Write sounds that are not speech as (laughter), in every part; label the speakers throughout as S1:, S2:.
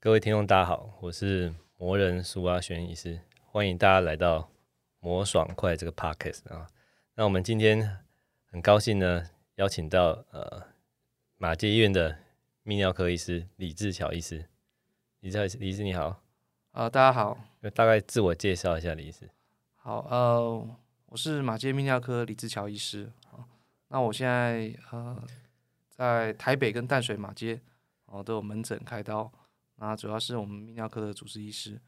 S1: 各位听众，大家好，我是魔人苏阿轩医师，欢迎大家来到《魔爽快》这个 podcast 啊。那我们今天很高兴呢，邀请到呃马街医院的泌尿科医师李志巧医师。李志巧李医师你好，
S2: 呃，大家好，
S1: 大概自我介绍一下李医师。
S2: 好，呃，我是马街泌尿科李志乔医师。好那我现在呃在台北跟淡水马街哦都有门诊开刀，那主要是我们泌尿科的主治医师。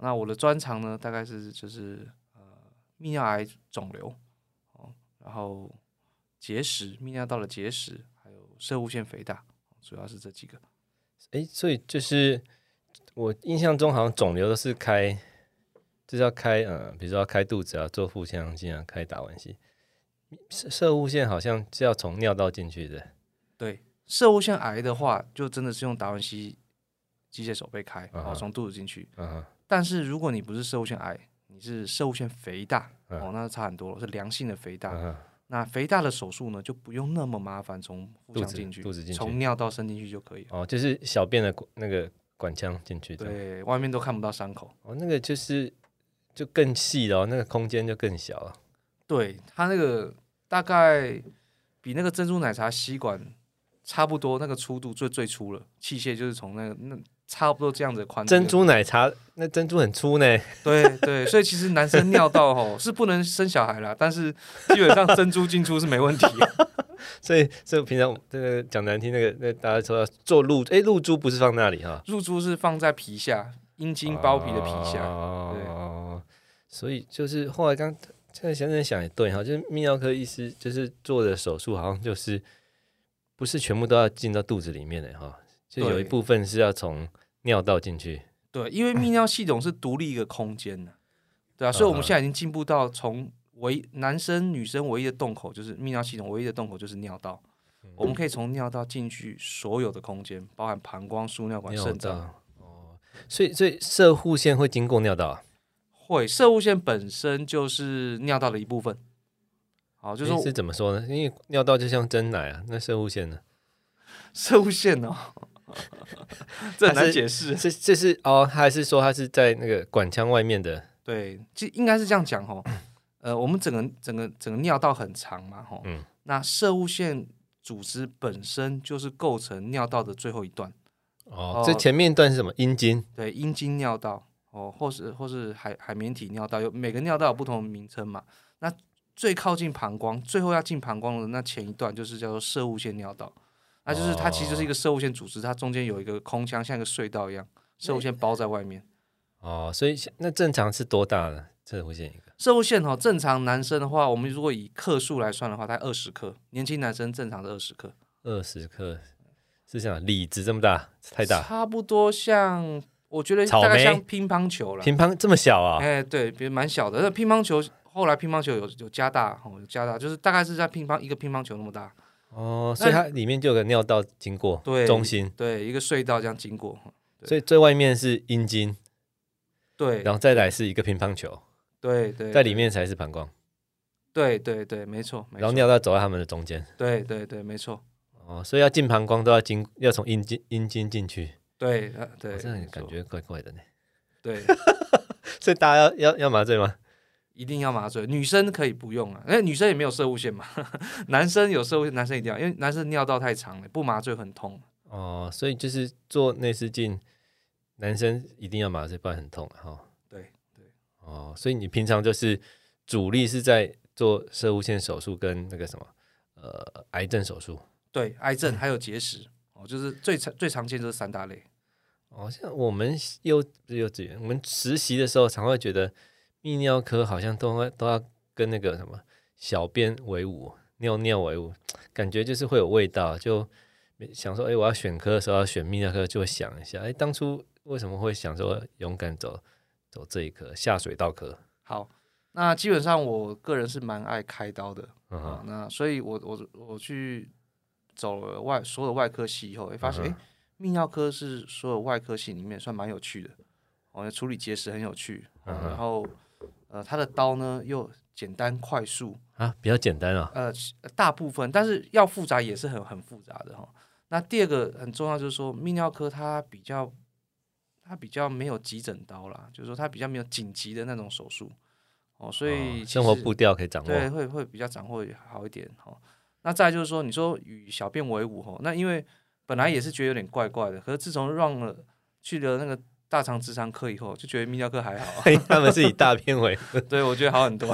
S2: 那我的专长呢，大概是就是呃泌尿癌肿瘤哦，然后结石、泌尿道的结石，还有射物腺肥大，哦主要是这几个。
S1: 诶，所以就是我印象中好像肿瘤都是开，就是要开，呃，比如说要开肚子啊，做腹腔镜啊，开打完戏。射射物线好像是要从尿道进去的
S2: 对，射物腺癌的话，就真的是用达文西机械手背开，
S1: 嗯
S2: 然后
S1: 哼
S2: 从肚子进去。
S1: 啊
S2: 但是如果你不是射物腺癌，你是射物腺肥大，
S1: 嗯
S2: 哦，那差很多了，是良性的肥大。
S1: 啊，
S2: 那肥大的手术呢，就不用那么麻烦，从腹
S1: 肚
S2: 腔
S1: 子
S2: 进去，
S1: 肚子进去
S2: 从尿道伸进去就可以了。
S1: 哦，就是小便的管那个管腔进去的，
S2: 对，外面都看不到伤口。
S1: 哦，那个就是就更细了哦，那个空间就更小了，
S2: 对，它那个大概比那个珍珠奶茶吸管差不多，那个粗度最最粗了。器械就是从那个那差不多这样子的宽度。
S1: 珍珠奶茶那珍珠很粗呢，
S2: (laughs) 对对，所以其实男生尿道吼是不能生小孩啦，但是基本上珍珠进出是没问题啊的。
S1: 所以所以平常这个讲难听，那个那大家说要做露，诶，露珠不是放那里哈、
S2: 入珠是放在皮下，阴茎包皮的皮下。啊
S1: 哦，所以就是后来刚现在想想想也对哈，就是泌尿科医师就是做的手术，好像就是不是全部都要进到肚子里面的哈，就有一
S2: 对
S1: 部分是要从尿道进去。
S2: 对，因为泌尿系统是独立一个空间的，对啊，所以我们现在已经进步到从唯男生女生唯一的洞口就是泌尿系统唯一的洞口就是尿道，我们可以从尿道进去所有的空间，包含膀胱、输尿管、
S1: 尿
S2: 肾脏。
S1: 道哦，所以所以射护腺会经过尿道啊，
S2: 会，射物腺本身就是尿道的一部分。好，就是
S1: 诶是怎么说呢？因为尿道就像真奶啊，那射护腺呢？
S2: 射物线
S1: (laughs)
S2: 哦，这很
S1: 它是
S2: 难解释。
S1: 这这是哦，还是说它是在那个管腔外面的？
S2: 对，其实应该是这样讲
S1: (coughs)
S2: 哦。呃，我们整个整个整个尿道很长嘛，吼，
S1: 嗯
S2: 那射物线组织本身就是构成尿道的最后一段，
S1: 哦
S2: 哦，
S1: 这前面一段是什么？阴茎
S2: 对，阴茎尿道哦，或是或是海海绵体尿道，有每个尿道有不同的名称嘛。那最靠近膀胱，最后要进膀胱的那前一段就是叫做射物线尿道，那就是它其
S1: 哦
S2: 实就是一个射物线组织，它中间有一个空腔，像一个隧道一样，射物线包在外面。
S1: 哦，所以那正常是多大呢？射护腺一个。
S2: 射物线哦，正常男生的话，我们如果以克数来算的话，大概二十克，年轻男生正常的二十克，
S1: 二十克是像李子这么大，太大，
S2: 差不多像我觉得
S1: 草莓
S2: 大概像乒乓球了。
S1: 乒乓这么小啊？
S2: 哎、对，比如蛮小的。那乒乓球后来乒乓球有有加大，哦，有加大，就是大概是在乒乓一个乒乓球那么大，
S1: 哦，所以它里面就有个尿道经过
S2: 对
S1: 中心，
S2: 对，一个隧道这样经过。对
S1: 所以最外面是阴茎，
S2: 对
S1: 然后再来是一个乒乓球，
S2: 对对，
S1: 在里面才是膀胱，
S2: 对对对，没错，没
S1: 然后
S2: 错，
S1: 尿道走到它们的中间。
S2: 对对对，没错，
S1: 哦，所以要进膀胱都要经要从阴茎阴茎进去，
S2: 对呃对，
S1: 哦这
S2: 没
S1: 样
S2: 错
S1: 感觉怪怪的呢。 (laughs)
S2: 对，
S1: 所以大家要要要麻醉吗？
S2: 一定要麻醉，女生可以不用啊，因为女生也没有射物线嘛， (laughs) 男生有射物线，男生一定要，因为男生尿道太长了，不麻醉很痛。
S1: 哦，所以就是做内视镜，男生一定要麻醉，不然很痛啊哈、
S2: 对对。
S1: 哦，所以你平常就是主力是在做射物线手术跟那个什么呃癌症手术。
S2: 对，癌症还有结石哦，就是最常最常见就是三大类。
S1: 哦，像我们幼不是幼稚园，我们实习的时候常会觉得泌尿科好像都会都要跟那个什么小便为伍、尿尿为伍，感觉就是会有味道。就想说，哎，我要选科的时候要选泌尿科，就会想一下，哎，当初为什么会想说勇敢走走这一科下水道科？
S2: 好，那基本上我个人是蛮爱开刀的
S1: 嗯
S2: 啊、
S1: 哼，
S2: 那所以我我我去走了外所有外科系以后，哎，发现
S1: 嗯
S2: 哎，诶泌尿科是所有外科系里面算蛮有趣的，哦，处理结石很有趣，哦
S1: 嗯哼
S2: 然后呃，它的刀呢又简单快速，
S1: 啊，比较简单啊，
S2: 呃，大部分，但是要复杂也是很很复杂的哈。那第二个很重要就是说，泌尿科它比较它比较没有急诊刀啦，就是说它比较没有紧急的那种手术哦，所以、
S1: 哦生活步调可以掌
S2: 对，
S1: 握，
S2: 会会比较掌握好一点哈、哦。那再来就是说，你说与小便为伍哈、哦，那因为本来也是觉得有点怪怪的，可是自从让了去了那个大肠直肠科以后，就觉得泌尿科还好，啊
S1: 他们是以大片为。
S2: (laughs) 对我觉得
S1: (laughs)
S2: 好很多，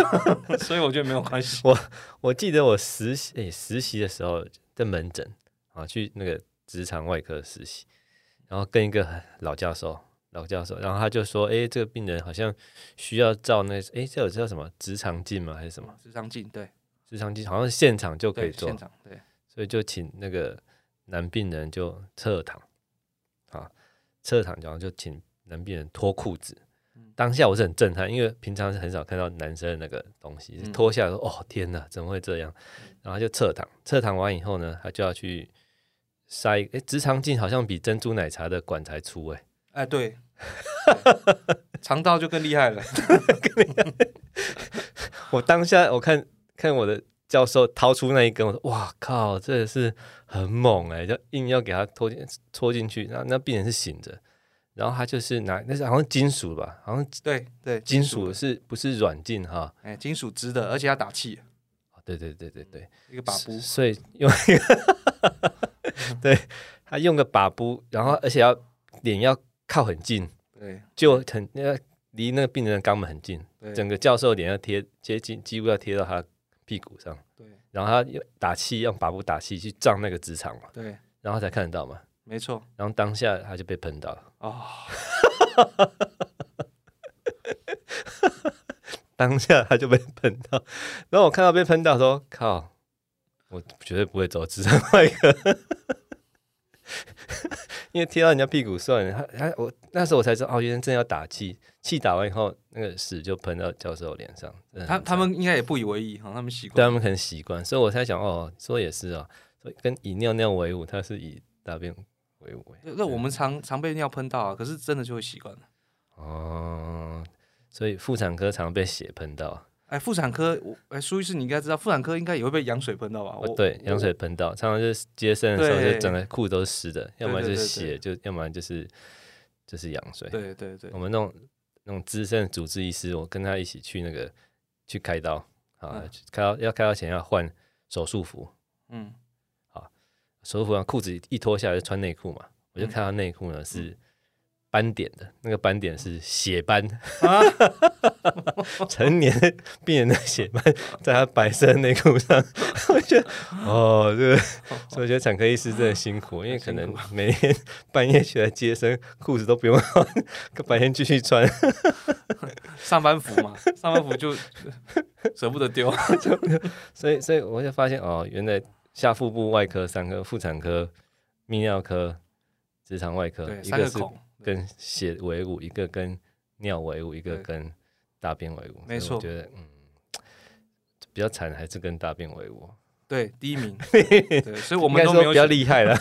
S2: 所以我觉得没有关系。
S1: 我记得我实习、诶实习的时候在门诊啊，去那个直肠外科实习，然后跟一个老教授，老教授，然后他就说，诶，这个病人好像需要照那，诶，这有叫什么直肠镜吗？还是什么
S2: 直肠镜对
S1: 直肠镜？好像现场就可以
S2: 对
S1: 做
S2: 现，场对
S1: 所以就请那个男病人就侧躺，啊，侧躺，然后就请男病人脱裤子
S2: 嗯。
S1: 当下我是很震撼，因为平常是很少看到男生的那个东西，
S2: 嗯
S1: 脱下来说：“哦，天哪，怎么会这样？”然后就侧躺，侧躺完以后呢，他就要去塞一个，诶，直肠镜好像比珍珠奶茶的管材粗诶，(laughs)
S2: 哎对，对肠道就更厉害了。
S1: 我当下我看看我的教授掏出那一根，我说：“哇靠，这个是很猛哎、就硬要给他拖进戳进去。”然后那病人是醒着，然后他就是拿那是好像金属吧，好像
S2: 对对，
S1: 金属是不是软镜哈？
S2: 哎，金属织的，而且要打气，
S1: 对对对对对，
S2: 一个把布。
S1: 所以用 (laughs) 一个对他用个把布，然后而且要脸要靠很近，
S2: 对
S1: 就很要离那个病人的肛门很近，
S2: 对
S1: 整个教授脸要贴接近，几乎要贴到他屁股上。
S2: 对
S1: 然后他用打气，用把布打气去胀那个直肠嘛，
S2: 对，
S1: 然后才看得到嘛。
S2: 没错
S1: 然后当下他就被喷到了，
S2: 哦，
S1: 当下他就被喷到。然后我看到被喷到说：“靠，我绝对不会走直肠外科，因为贴到人家屁股算了。”他他我那时候我才知道，哦，原来真的要打气，气打完以后，那个屎就喷到教授脸上。真的
S2: 他
S1: 很
S2: 他们应该也不以为意哈，他们习
S1: 对啊
S2: 惯。
S1: 他们可能习惯，所以我才想哦，说也是哦，所以跟以尿尿为伍，他是以大便为伍。
S2: 那那我们
S1: 啊
S2: 常常被尿喷到啊，可是真的就会习惯了。
S1: 哦，所以妇产科常被血喷到，
S2: 哎，妇产科，我哎，苏医师你应该知道，妇产科应该也会被羊水喷到吧？
S1: 哦
S2: 我、
S1: 对，羊水喷到，常常就是接生的时候
S2: 对
S1: 就整个裤都是湿的，要不然就是血，
S2: 对
S1: 就要不然就是就是羊水
S2: 我。对对对
S1: 我，们那种那种资深的主治医师，我跟他一起去那个去开刀啊，
S2: 嗯
S1: 去开刀要开刀前要换手术服，
S2: 嗯，
S1: 手术服上裤子一脱下来就穿内裤嘛，我就
S2: 嗯
S1: 看到内裤呢是斑点的，那个斑点是血斑，
S2: 啊
S1: (laughs) 成年病人的血斑在他白色的内裤上，我觉得哦，这个，所以我觉得产科医师真的辛苦，因为可能
S2: 辛
S1: 每天半夜起来接生，裤子都不用换，白天继续穿，
S2: 上班服嘛，上班服
S1: (laughs)
S2: 就舍不得丢。
S1: 呃所以所以我就发现哦，原来下腹部外科三科，妇产科、泌尿科、直肠外科
S2: 对，，
S1: 一
S2: 三个
S1: 是
S2: 孔，
S1: 跟血为伍，一个跟尿为伍，一个
S2: 对
S1: 跟大便为伍。
S2: 没
S1: 所以我
S2: 错
S1: 觉得嗯，比较惨还是跟大便为伍。
S2: 对，第
S1: (laughs)
S2: 一名。对，所以我
S1: 应
S2: 们
S1: 该
S2: 都
S1: 说
S2: 没有
S1: 比较
S2: 选
S1: 厉害
S2: (laughs)
S1: 了。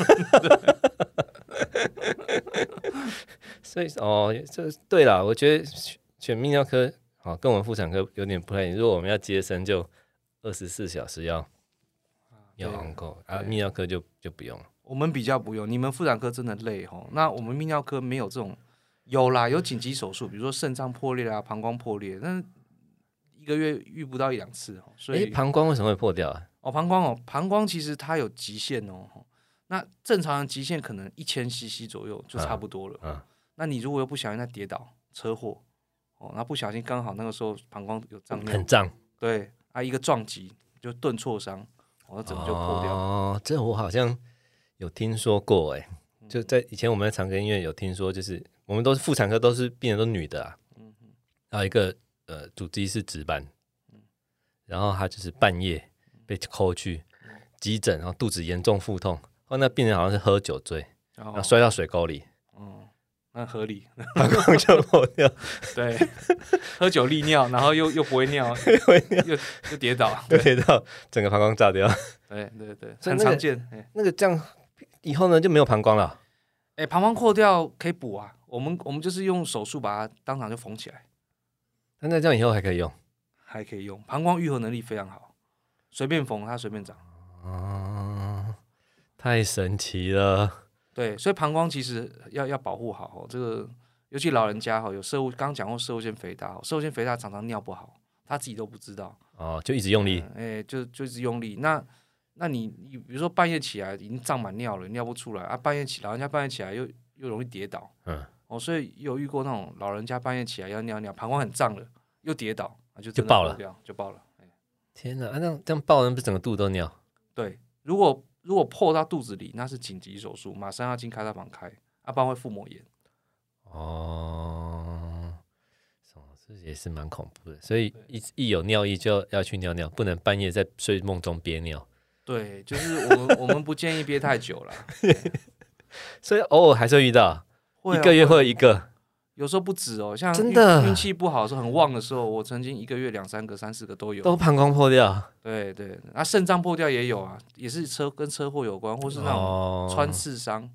S1: 所以哦，这对啦，我觉得选选泌尿科好、跟我们妇产科有点不太一样。如果我们要接生，就二十四小时要要
S2: 对
S1: on call 啊，
S2: 对
S1: 泌尿科就就不用了。
S2: 我们比较不用，你们妇产科真的累吼。那我们泌尿科没有这种，有啦，有紧急手术，比如说肾脏破裂啊、膀胱破裂，但是一个月遇不到一两次哦。所
S1: 诶，
S2: 以、
S1: 膀胱为什么会破掉啊？
S2: 哦，膀胱哦，膀胱其实它有极限哦。吼那正常的极限可能一千 CC 左右就差不多了。
S1: 啊，
S2: 那你如果又不小心再跌倒、车祸，哦，那不小心刚好那个时候膀胱有胀
S1: 很
S2: 尿，
S1: 胀，
S2: 对啊，一个撞击就钝挫伤，哦，那整个就破掉。
S1: 哦，这我好像有听说过、诶，就在以前我们在长庚医院有听说，就是我们都是妇产科，都是病人都女的啊，
S2: 嗯嗯
S1: 然后一个呃主治医师值班，然后他就是半夜被扣去急诊，然后肚子严重腹痛，后来那病人好像是喝酒醉，然
S2: 然
S1: 后
S2: 后，
S1: 摔到水沟 (laughs) 里，
S2: 嗯，那合理。
S1: 膀胱就破掉，
S2: 对， (laughs) 喝酒利尿，然后又又不会尿，又又跌倒，
S1: 对到整个膀胱炸掉。
S2: 对对对，
S1: 所以那
S2: 很
S1: 个
S2: 常见。哎、
S1: 那个这样以后呢就没有膀胱了，
S2: 哎膀胱破掉可以补啊，我们我们就是用手术把它当场就缝起来，
S1: 那那这样以后还可以用
S2: 还可以用。膀胱愈合能力非常好，随便缝它随便长。
S1: 哦，太神奇了。
S2: 对，所以膀胱其实要要保护好、哦，这个尤其老人家哈，有射物，刚讲过射物腺肥大，哦射物腺肥大常常尿不好，他自己都不知道，
S1: 哦，就一直用力
S2: 嗯，哎、就就是用力。那那你你比如说半夜起来已经胀满尿了，尿不出来啊，半夜起老人家半夜起来又又容易跌倒，
S1: 嗯，
S2: 哦，所以有遇过那种老人家半夜起来要尿尿，膀胱很胀了又跌倒，啊、就
S1: 就
S2: 真的
S1: 爆
S2: 疯
S1: 了
S2: 掉，就爆了。哎
S1: 天哪，啊、那这样抱人不是整个肚都尿？
S2: 对，如果如果破到肚子里，那是紧急手术，马上要进开刀房开，啊，不然会腹膜炎。
S1: 哦，哦这也是蛮恐怖的。所以一一有尿意就要去尿尿，不能半夜在睡梦中憋尿。
S2: 对，就是我们我们不建议憋太久
S1: (laughs)
S2: 了，
S1: 所以偶尔还是会遇到，
S2: 会啊
S1: 一个月
S2: 会啊
S1: 会有一个。
S2: 有时候不止哦，像
S1: 真
S2: 运
S1: 的
S2: 运气不好的时候很旺的时候，我曾经一个月两三个、三四个都有。
S1: 都膀胱破掉，
S2: 对对，那、肾脏破掉也有啊，也是车跟车祸有关，或是那种
S1: 哦
S2: 穿刺伤，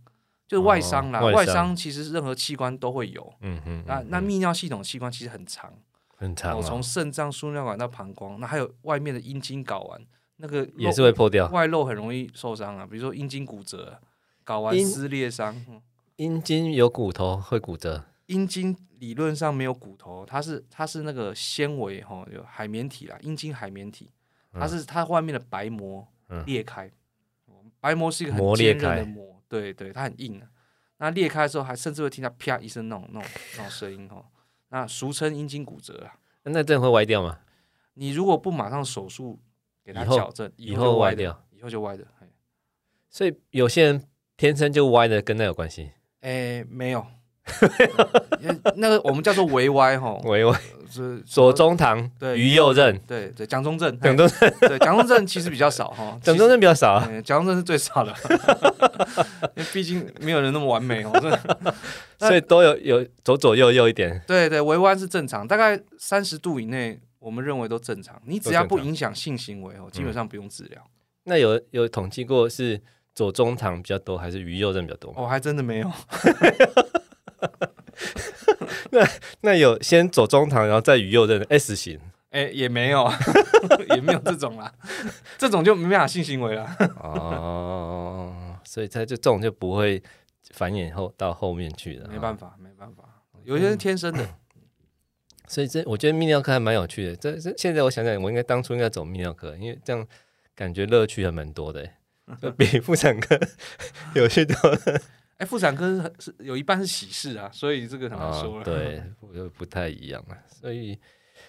S2: 就是外伤啦。
S1: 哦外
S2: 外
S1: 伤
S2: 伤其实任何器官都会有。
S1: 嗯哼，
S2: 那
S1: 嗯
S2: 那泌尿系统器官其实很长，
S1: 很长、哦，
S2: 我从肾脏输尿管到膀胱，那还有外面的阴茎睾丸，那个
S1: 也
S2: 肉
S1: 是会破掉。
S2: 外露很容易受伤啊，比如说阴茎骨折、睾丸
S1: 阴
S2: 撕裂伤。嗯
S1: 阴茎有骨头会骨折，
S2: 阴茎理论上没有骨头，它是它是那个纤维哈，有海绵体啦，阴茎海绵体，它是它外面的白膜
S1: 嗯
S2: 裂开，嗯白膜是一个很
S1: 膜
S2: 坚
S1: 裂开
S2: 韧的膜，对对，它很硬、啊。那裂开的时候，还甚至会听到啪一声那种那种那种声音哦，那俗称阴茎骨折啊。
S1: 那这样会歪掉吗？
S2: 你如果不马上手术给它
S1: 以后
S2: 矫正，以
S1: 以
S2: 就
S1: 后
S2: 歪
S1: 歪
S2: 的，
S1: 掉。
S2: 以后就歪的。嘿
S1: 所以有些人天生就歪的，跟那有关系。
S2: 哎，没有， (laughs) 那个我们叫做微歪哈，
S1: (laughs) 歪歪，
S2: 是
S1: 左中堂、
S2: 对
S1: 鱼右任，
S2: 对对，蒋中正，
S1: 蒋中
S2: (laughs) 对，蒋中正其实比较少哈，
S1: (laughs) 蒋中正比较少啊。
S2: 哎其实，嗯蒋中正是最
S1: (laughs)
S2: 少的，因为毕竟没有人那么完美哦。
S1: (laughs)
S2: 真的那
S1: 所以都有有左左右右一点，
S2: 对对，围弯是正常，大概三十度以内，我们认为都正常。你只要不影响性行为哦，基
S1: 嗯
S2: 本上不用治疗。
S1: 那有有统计过是左中堂比较多，还是鱼右任比较多吗？
S2: 哦，还真的没有，
S1: 那有先左中堂，然后再鱼右任 S 型
S2: (laughs) 哎，也
S1: (laughs)
S2: 没有，也没有这种啦， (laughs) 这种就没办法性行为了。
S1: 哦，所以它就这种就不会繁衍后到后面去了，
S2: 没办法，没办法，有些是天生
S1: 嗯
S2: 的。
S1: 法。所以这我觉得泌尿科还蛮有趣的。这这现在我想想，我应该当初应该走泌尿科，因为这样感觉乐趣还蛮多 (laughs) 的，就比妇产科 (laughs) 有趣多了。
S2: 哎，妇产科是很是有一半是喜事啊，所以这个很难说
S1: 哦
S2: 了。
S1: 对，不就不太一样了。啊所以，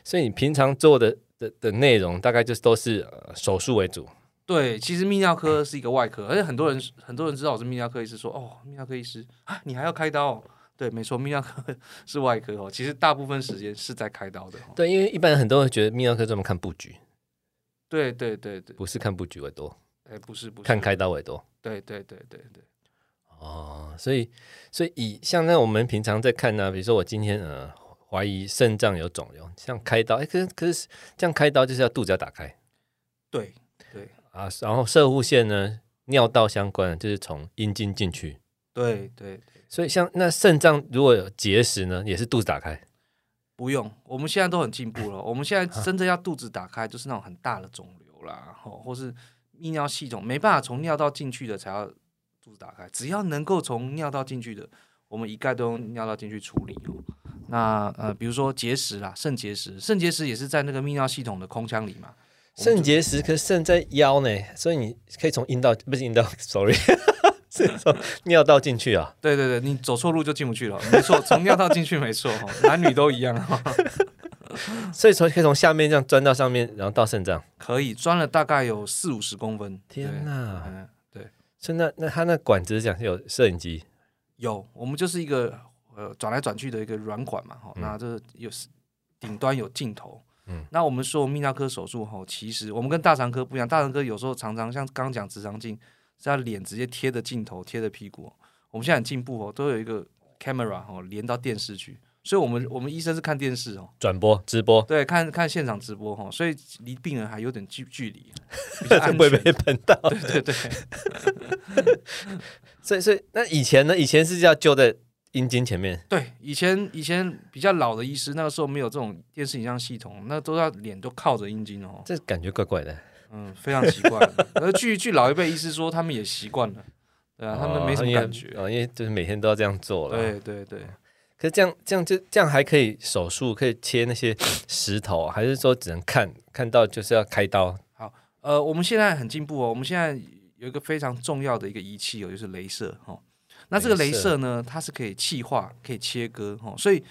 S1: 所以你平常做的的的内容大概就是都是、呃手术为主。
S2: 对，其实泌尿科是一个外科，而且很多人很多人知道我是泌尿科医师说，哦，泌尿科医师啊，你还要开刀、哦？对，没错，泌尿科 (laughs) 是外科哦。其实大部分时间是在开刀的、哦。
S1: 对，因为一般很多人觉得泌尿科专门看布局，
S2: 对对对对，
S1: 不是看布局为多，
S2: 哎，不是不是，
S1: 看开刀为多。
S2: 对对对对对，
S1: 哦，所以所以以像那我们平常在看呢、比如说我今天呃怀疑肾脏有肿瘤，像开刀，哎，可是可是这样开刀就是要肚子要打开
S2: 对
S1: 啊，然后射护腺呢尿道相关的就是从阴茎进去，
S2: 对对对，
S1: 所以像那肾脏如果有结石呢，也是肚子打开。
S2: 不用，我们现在都很进步了。我们现在真正要肚子打开，就是那种很大的肿瘤啦，哦，或是泌尿系统没办法从尿道进去的才要肚子打开，只要能够从尿道进去的，我们一概都用尿道进去处理哦。那呃，比如说结石啦，肾结石，肾结石也是在那个泌尿系统的空腔里嘛。我们
S1: 肾
S2: 就
S1: 结石可是肾在腰呢，所以你可以从阴道不是阴道，sorry，是 (laughs) 从尿道进去啊。
S2: 对对对，你走错路就进不去了，没错，从尿道进去没错，哦男女都一样、哦。
S1: 所以从可以从下面这样钻到上面，然后到肾脏。
S2: (laughs) 可以钻了大概有四五十公分，
S1: 天
S2: 哪！
S1: 哪！
S2: 嗯，对。
S1: 所以那那他那管子是讲有摄影机，
S2: 有，我们就是一个呃转来转去的一个软管嘛，哈、
S1: 嗯
S2: 那这有时顶端有镜头，
S1: 嗯，
S2: 那我们说泌尿科手术哈，其实我们跟大肠科不一样，大肠科有时候常常像刚讲直肠镜，是要脸直接贴着镜头，贴着屁股哦，我们现在很进步哦，都有一个 camera 哦连到电视去，所以我们我们医生是看电视哦，
S1: 转播直播，
S2: 对，看看现场直播哈，哦所以离病人还有点距距离，啊比较
S1: 才 (laughs)
S2: 安
S1: 不会
S2: 全，
S1: 被喷到。
S2: (laughs) 对对对。
S1: 所以所以那以前呢？以前是要就在阴茎前面，
S2: 对，以前以前比较老的医师，那个时候没有这种电视影像系统，那都要脸都靠着阴茎哦，
S1: 这感觉怪怪的。
S2: 嗯，非常奇怪。而据据老一辈医师说，他们也习惯了，对啊，他们没什么感觉。
S1: 哦，因为哦因为就是每天都要这样做了。
S2: 对对对，
S1: 可是这样这样就这样还可以手术，可以切那些石头，啊还是说只能看看到就是要开刀？
S2: 呃，我们现在很进步哦，我们现在有一个非常重要的一个仪器哦，就是镭射哦。那这个
S1: 镭
S2: 镭
S1: 射
S2: 射呢，它是可以气化、可以切割哦，所以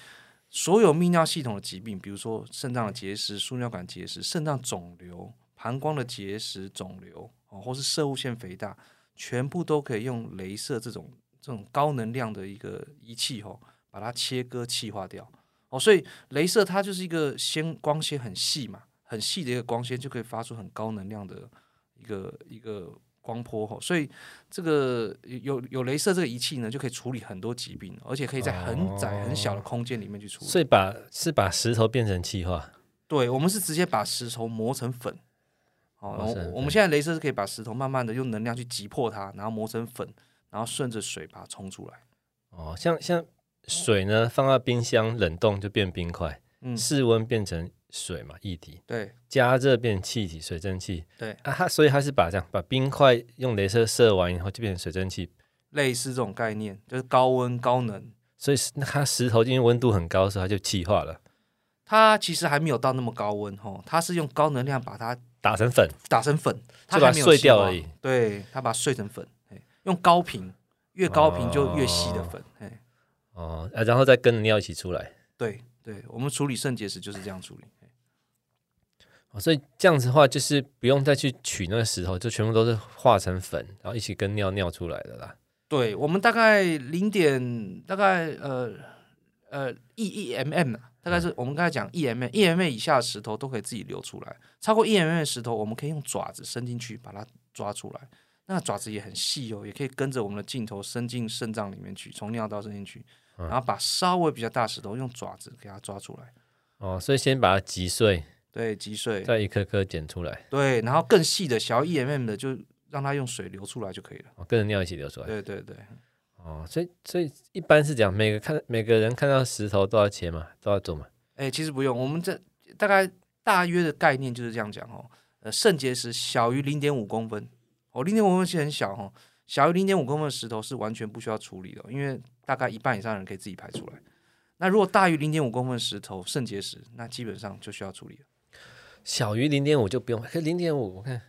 S2: 所有泌尿系统的疾病，比如说肾脏的结石、输尿管结石、肾脏肿瘤、膀胱的结石、肿瘤哦，或是射物腺肥大，全部都可以用镭射这种这种高能量的一个仪器哦，把它切割气化掉哦。所以镭射它就是一个先光纤很细嘛，很细的一个光纤就可以发出很高能量的一个一个光波吼，所以这个有有镭射这个仪器呢，就可以处理很多疾病，而且可以在很窄
S1: 哦
S2: 很小的空间里面去处理。
S1: 所以把是把石头变成气化，
S2: 对，我们是直接把石头磨成粉。哦，
S1: 磨成
S2: 我我们现在镭射是可以把石头慢慢的用能量去击破它，然后磨成粉，然后顺着水把它冲出来。
S1: 哦，像像水呢，放到冰箱冷冻就变冰块，
S2: 嗯，
S1: 室温变成水嘛，液体，
S2: 对
S1: 加热变气体，水蒸气
S2: 对，
S1: 啊，它所以它是把这样把冰块用镭射射完以后就变成水蒸气，
S2: 类似这种概念，就是高温高能。
S1: 所以是那它石头因为温度很高的时候它就气化了，
S2: 它其实还没有到那么高温哦，它是用高能量把它
S1: 打成粉，
S2: 打成粉，它
S1: 就把它
S2: 还没有
S1: 碎
S2: 气
S1: 掉
S2: 化
S1: 而已。
S2: 对，它把它碎成粉，哎用高频，越高频就越稀的粉。哎、
S1: 哦、啊，然后再跟着尿一起出来。
S2: 对对，我们处理肾结石就是这样处理。哎
S1: 哦所以这样子的话，就是不用再去取那个石头，就全部都是化成粉，然后一起跟尿尿出来的啦。
S2: 对我们大概零点大概呃呃一一 mm 啊大概是我们刚才讲一 mm 一 mm 以下的石头都可以自己流出来，超过一 mm 的石头，我们可以用爪子伸进去把它抓出来。那爪子也很细哦，也可以跟着我们的镜头伸进肾脏里面去，从尿道伸进去，然后把稍微比较大的石头用爪子给它抓出来，
S1: 哦，所以先把它击碎，
S2: 对，击碎，
S1: 再一颗颗剪出来，
S2: 对，然后更细的小一 mm 的就让它用水流出来就可以了。
S1: 哦、跟着尿一起流出来。
S2: 对对对，
S1: 哦，所以所以一般是这样，每个看每个人看到石头都要切嘛，都要做嘛。
S2: 哎、其实不用，我们这大概大约的概念就是这样讲哦。呃，肾结石小于零点五公分，哦，零点五公分其实很小哦，小于零点五公分的石头是完全不需要处理的，哦因为大概一半以上的人可以自己排出来。那如果大于零点五公分的石头肾结石，那基本上就需要处理了，
S1: 小于零点五就不用，可零点五我看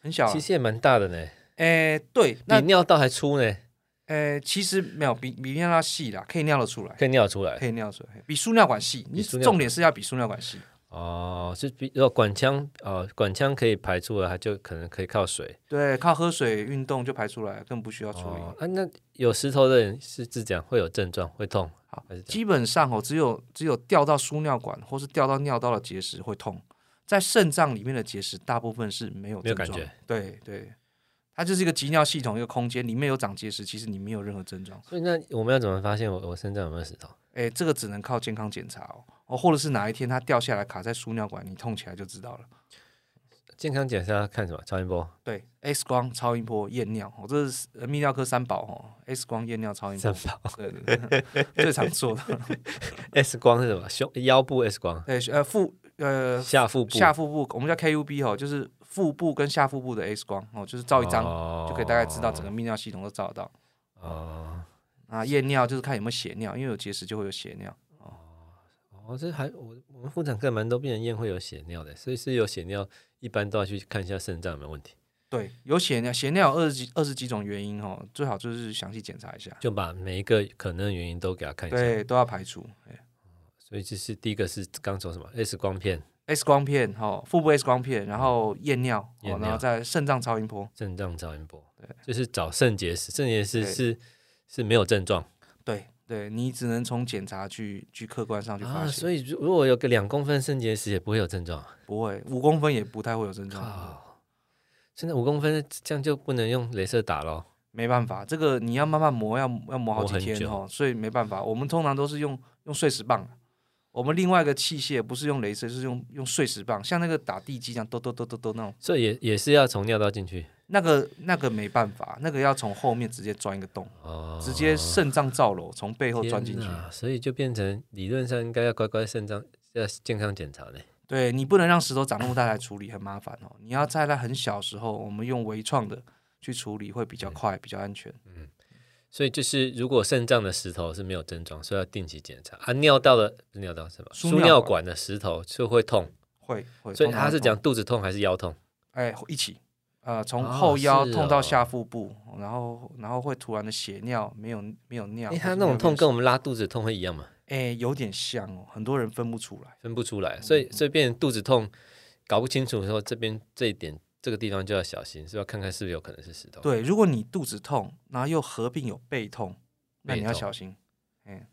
S2: 很小、啊
S1: 其。实也蛮大的呢，
S2: 哎、对，那
S1: 比尿道还粗呢，
S2: 呃、其实没有比比尿道细啦，可以尿得出来，
S1: 可以尿出来。
S2: 可以尿出来，比输尿管细。你
S1: 比输尿
S2: 重点是要比输尿管细。
S1: 哦，是比如果管腔呃管腔可以排出来，它就可能可以靠水
S2: 对，靠喝水、运动就排出来，更不需要处理。
S1: 哦啊，那有石头的人是是这样，会有症状，会痛。
S2: 好
S1: 还是这样
S2: 基本上哦，只有只有掉到输尿管或是掉到尿道的结石会痛，在肾脏里面的结石大部分是没有
S1: 没有
S2: 哦症
S1: 感
S2: 状。
S1: 觉。
S2: 对对，它就是一个集尿系统一个空间，里面有长结石，其实你没有任何症状。
S1: 所以那我们要怎么发现我我身上有没有石头？
S2: 哎，这个只能靠健康检查哦，哦，或者是哪一天它掉下来卡在输尿管，你痛起来就知道了。
S1: 健康检查看什么？超音波、
S2: 对，X 光、超音波、验尿，哦，这是呃泌尿科三宝哦，X 光、验尿、超音波
S1: 三，宝、
S2: 对对对， (laughs) 最常做的。
S1: (laughs) S 光是什么？胸腰部 S 光、
S2: 对，呃，腹呃
S1: 下腹部、
S2: 下腹部，我们叫 KUB 哦，就是腹部跟下腹部的 X 光哦，就是照一张、
S1: 哦
S2: 就可以大概知道整个泌尿系统都照得到。
S1: 哦
S2: 啊，验尿就是看有没有血尿，因为有结石就会有血尿。
S1: 哦，这还我我们妇产科蛮多病人验会有血尿的，所以是有血尿，一般都要去看一下肾脏有没有问题，
S2: 对，有血尿，血尿有二十几二十几种原因哦，最好就是详细检查一下。
S1: 就把每一个可能的原因都给他看一下。
S2: 对，都要排除。哎
S1: 所以这是第一个是刚说什么 X 光片、
S2: X 光片，哦，腹部 X 光片，然后验尿，
S1: 嗯验
S2: 哦、
S1: 尿
S2: 然后再肾脏超音波。
S1: 肾脏超音波，就是找肾结石，肾结石是是没有症状
S2: 对，对你只能从检查去去客观上去发
S1: 啊，
S2: 现，
S1: 所以如如果有个两公分肾结石也不会有症状。
S2: 不会五公分也不太会有症状。
S1: 靠，现在五公分这样就不能用镭射打咯。
S2: 没办法，这个你要慢慢磨，要要磨好
S1: 磨
S2: 几
S1: 很
S2: 天
S1: 久
S2: 哦，所以没办法。我们通常都是用用碎石棒，啊我们另外一个器械不是用镭射，就是用用碎石棒，像那个打地基这样，咚咚咚咚咚那种，
S1: 所以也也是要从尿道进去
S2: 那个那个没办法，那个要从后面直接钻一个洞，
S1: 哦，
S2: 直接肾脏造瘘，从背后钻进去
S1: 天。哪所以就变成理论上应该要乖乖肾脏要健康检查呢。
S2: 对你不能让石头长那么大来处理，很麻烦哦。你要在它很小的时候，我们用微创的去处理会比较快，比较安全。
S1: 所以就是如果肾脏的石头是没有症状，所以要定期检查啊。尿道的不是尿道是吧？
S2: 输
S1: 输
S2: 尿
S1: 尿
S2: 管
S1: 管的石头就会痛，
S2: 会会。
S1: 所以
S2: 通常
S1: 他是
S2: 痛
S1: 讲肚子痛还是腰痛？
S2: 哎，一起，呃，从
S1: 哦
S2: 后腰
S1: 是
S2: 痛到
S1: 哦
S2: 下腹部，然后然后会突然的血尿，没有没有尿。
S1: 哎，
S2: 或
S1: 他
S2: 是
S1: 那
S2: 没
S1: 种
S2: 有
S1: 痛
S2: 尿
S1: 跟我们拉肚子痛会一样吗？
S2: 哎有点像哦，很多人分不出来。
S1: 分不出来，
S2: 嗯
S1: 所以所以变成肚子痛搞不清楚的时候，这边这一点这个地方就要小心，是要看看是不是有可能是石头。
S2: 对，如果你肚子痛，然后又合并有背痛，那
S1: 背
S2: 你要
S1: 痛哦
S2: 小心。哎，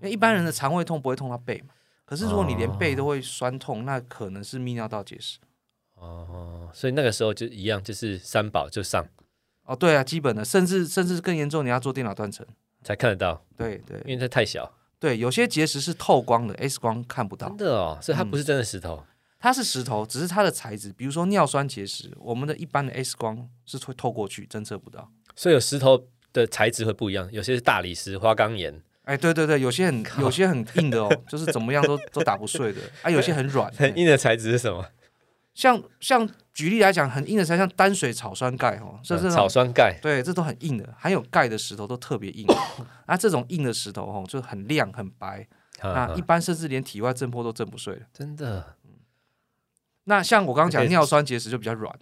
S2: 因为一般人的肠胃痛不会痛到背嘛，可是如果你连背都会酸痛，那可能是泌尿道结石。
S1: 哦，所以那个时候就一样，就是三宝就上
S2: 哦，对啊，基本的，甚至甚至更严重，你要做电脑断层。
S1: 才看得到，
S2: 对
S1: 因
S2: 对
S1: 为它太小，
S2: 对，有些结石是透光的，X 光看不到
S1: 真。的哦，所以它
S2: 嗯
S1: 不是真的石头。
S2: 它是石头，只是它的材质，比如说尿酸结石，我们的一般的 X 光是会透过去侦测不到。
S1: 所以有石头的材质会不一样，有些是大理石、花岗 (laughs) 岩，
S2: 哎，对对对，有些很有些很硬
S1: (laughs)
S2: 的哦，就是怎么样都都打不碎的啊，有些很软。哎
S1: 很硬的材质是什么？
S2: 像像举例来讲，很硬的材像单水草酸钙哦，这这
S1: 嗯
S2: 种
S1: 草酸钙，
S2: 对，这都很硬的，含有钙的石头都特别
S1: (laughs)
S2: 硬。啊，这种硬的石头哦，就很亮很白，
S1: 啊
S2: 那一，般甚至连体外震波都震不碎了。
S1: 真的，
S2: 那像我刚刚
S1: 而
S2: 讲
S1: 且
S2: 尿酸结石就比较软，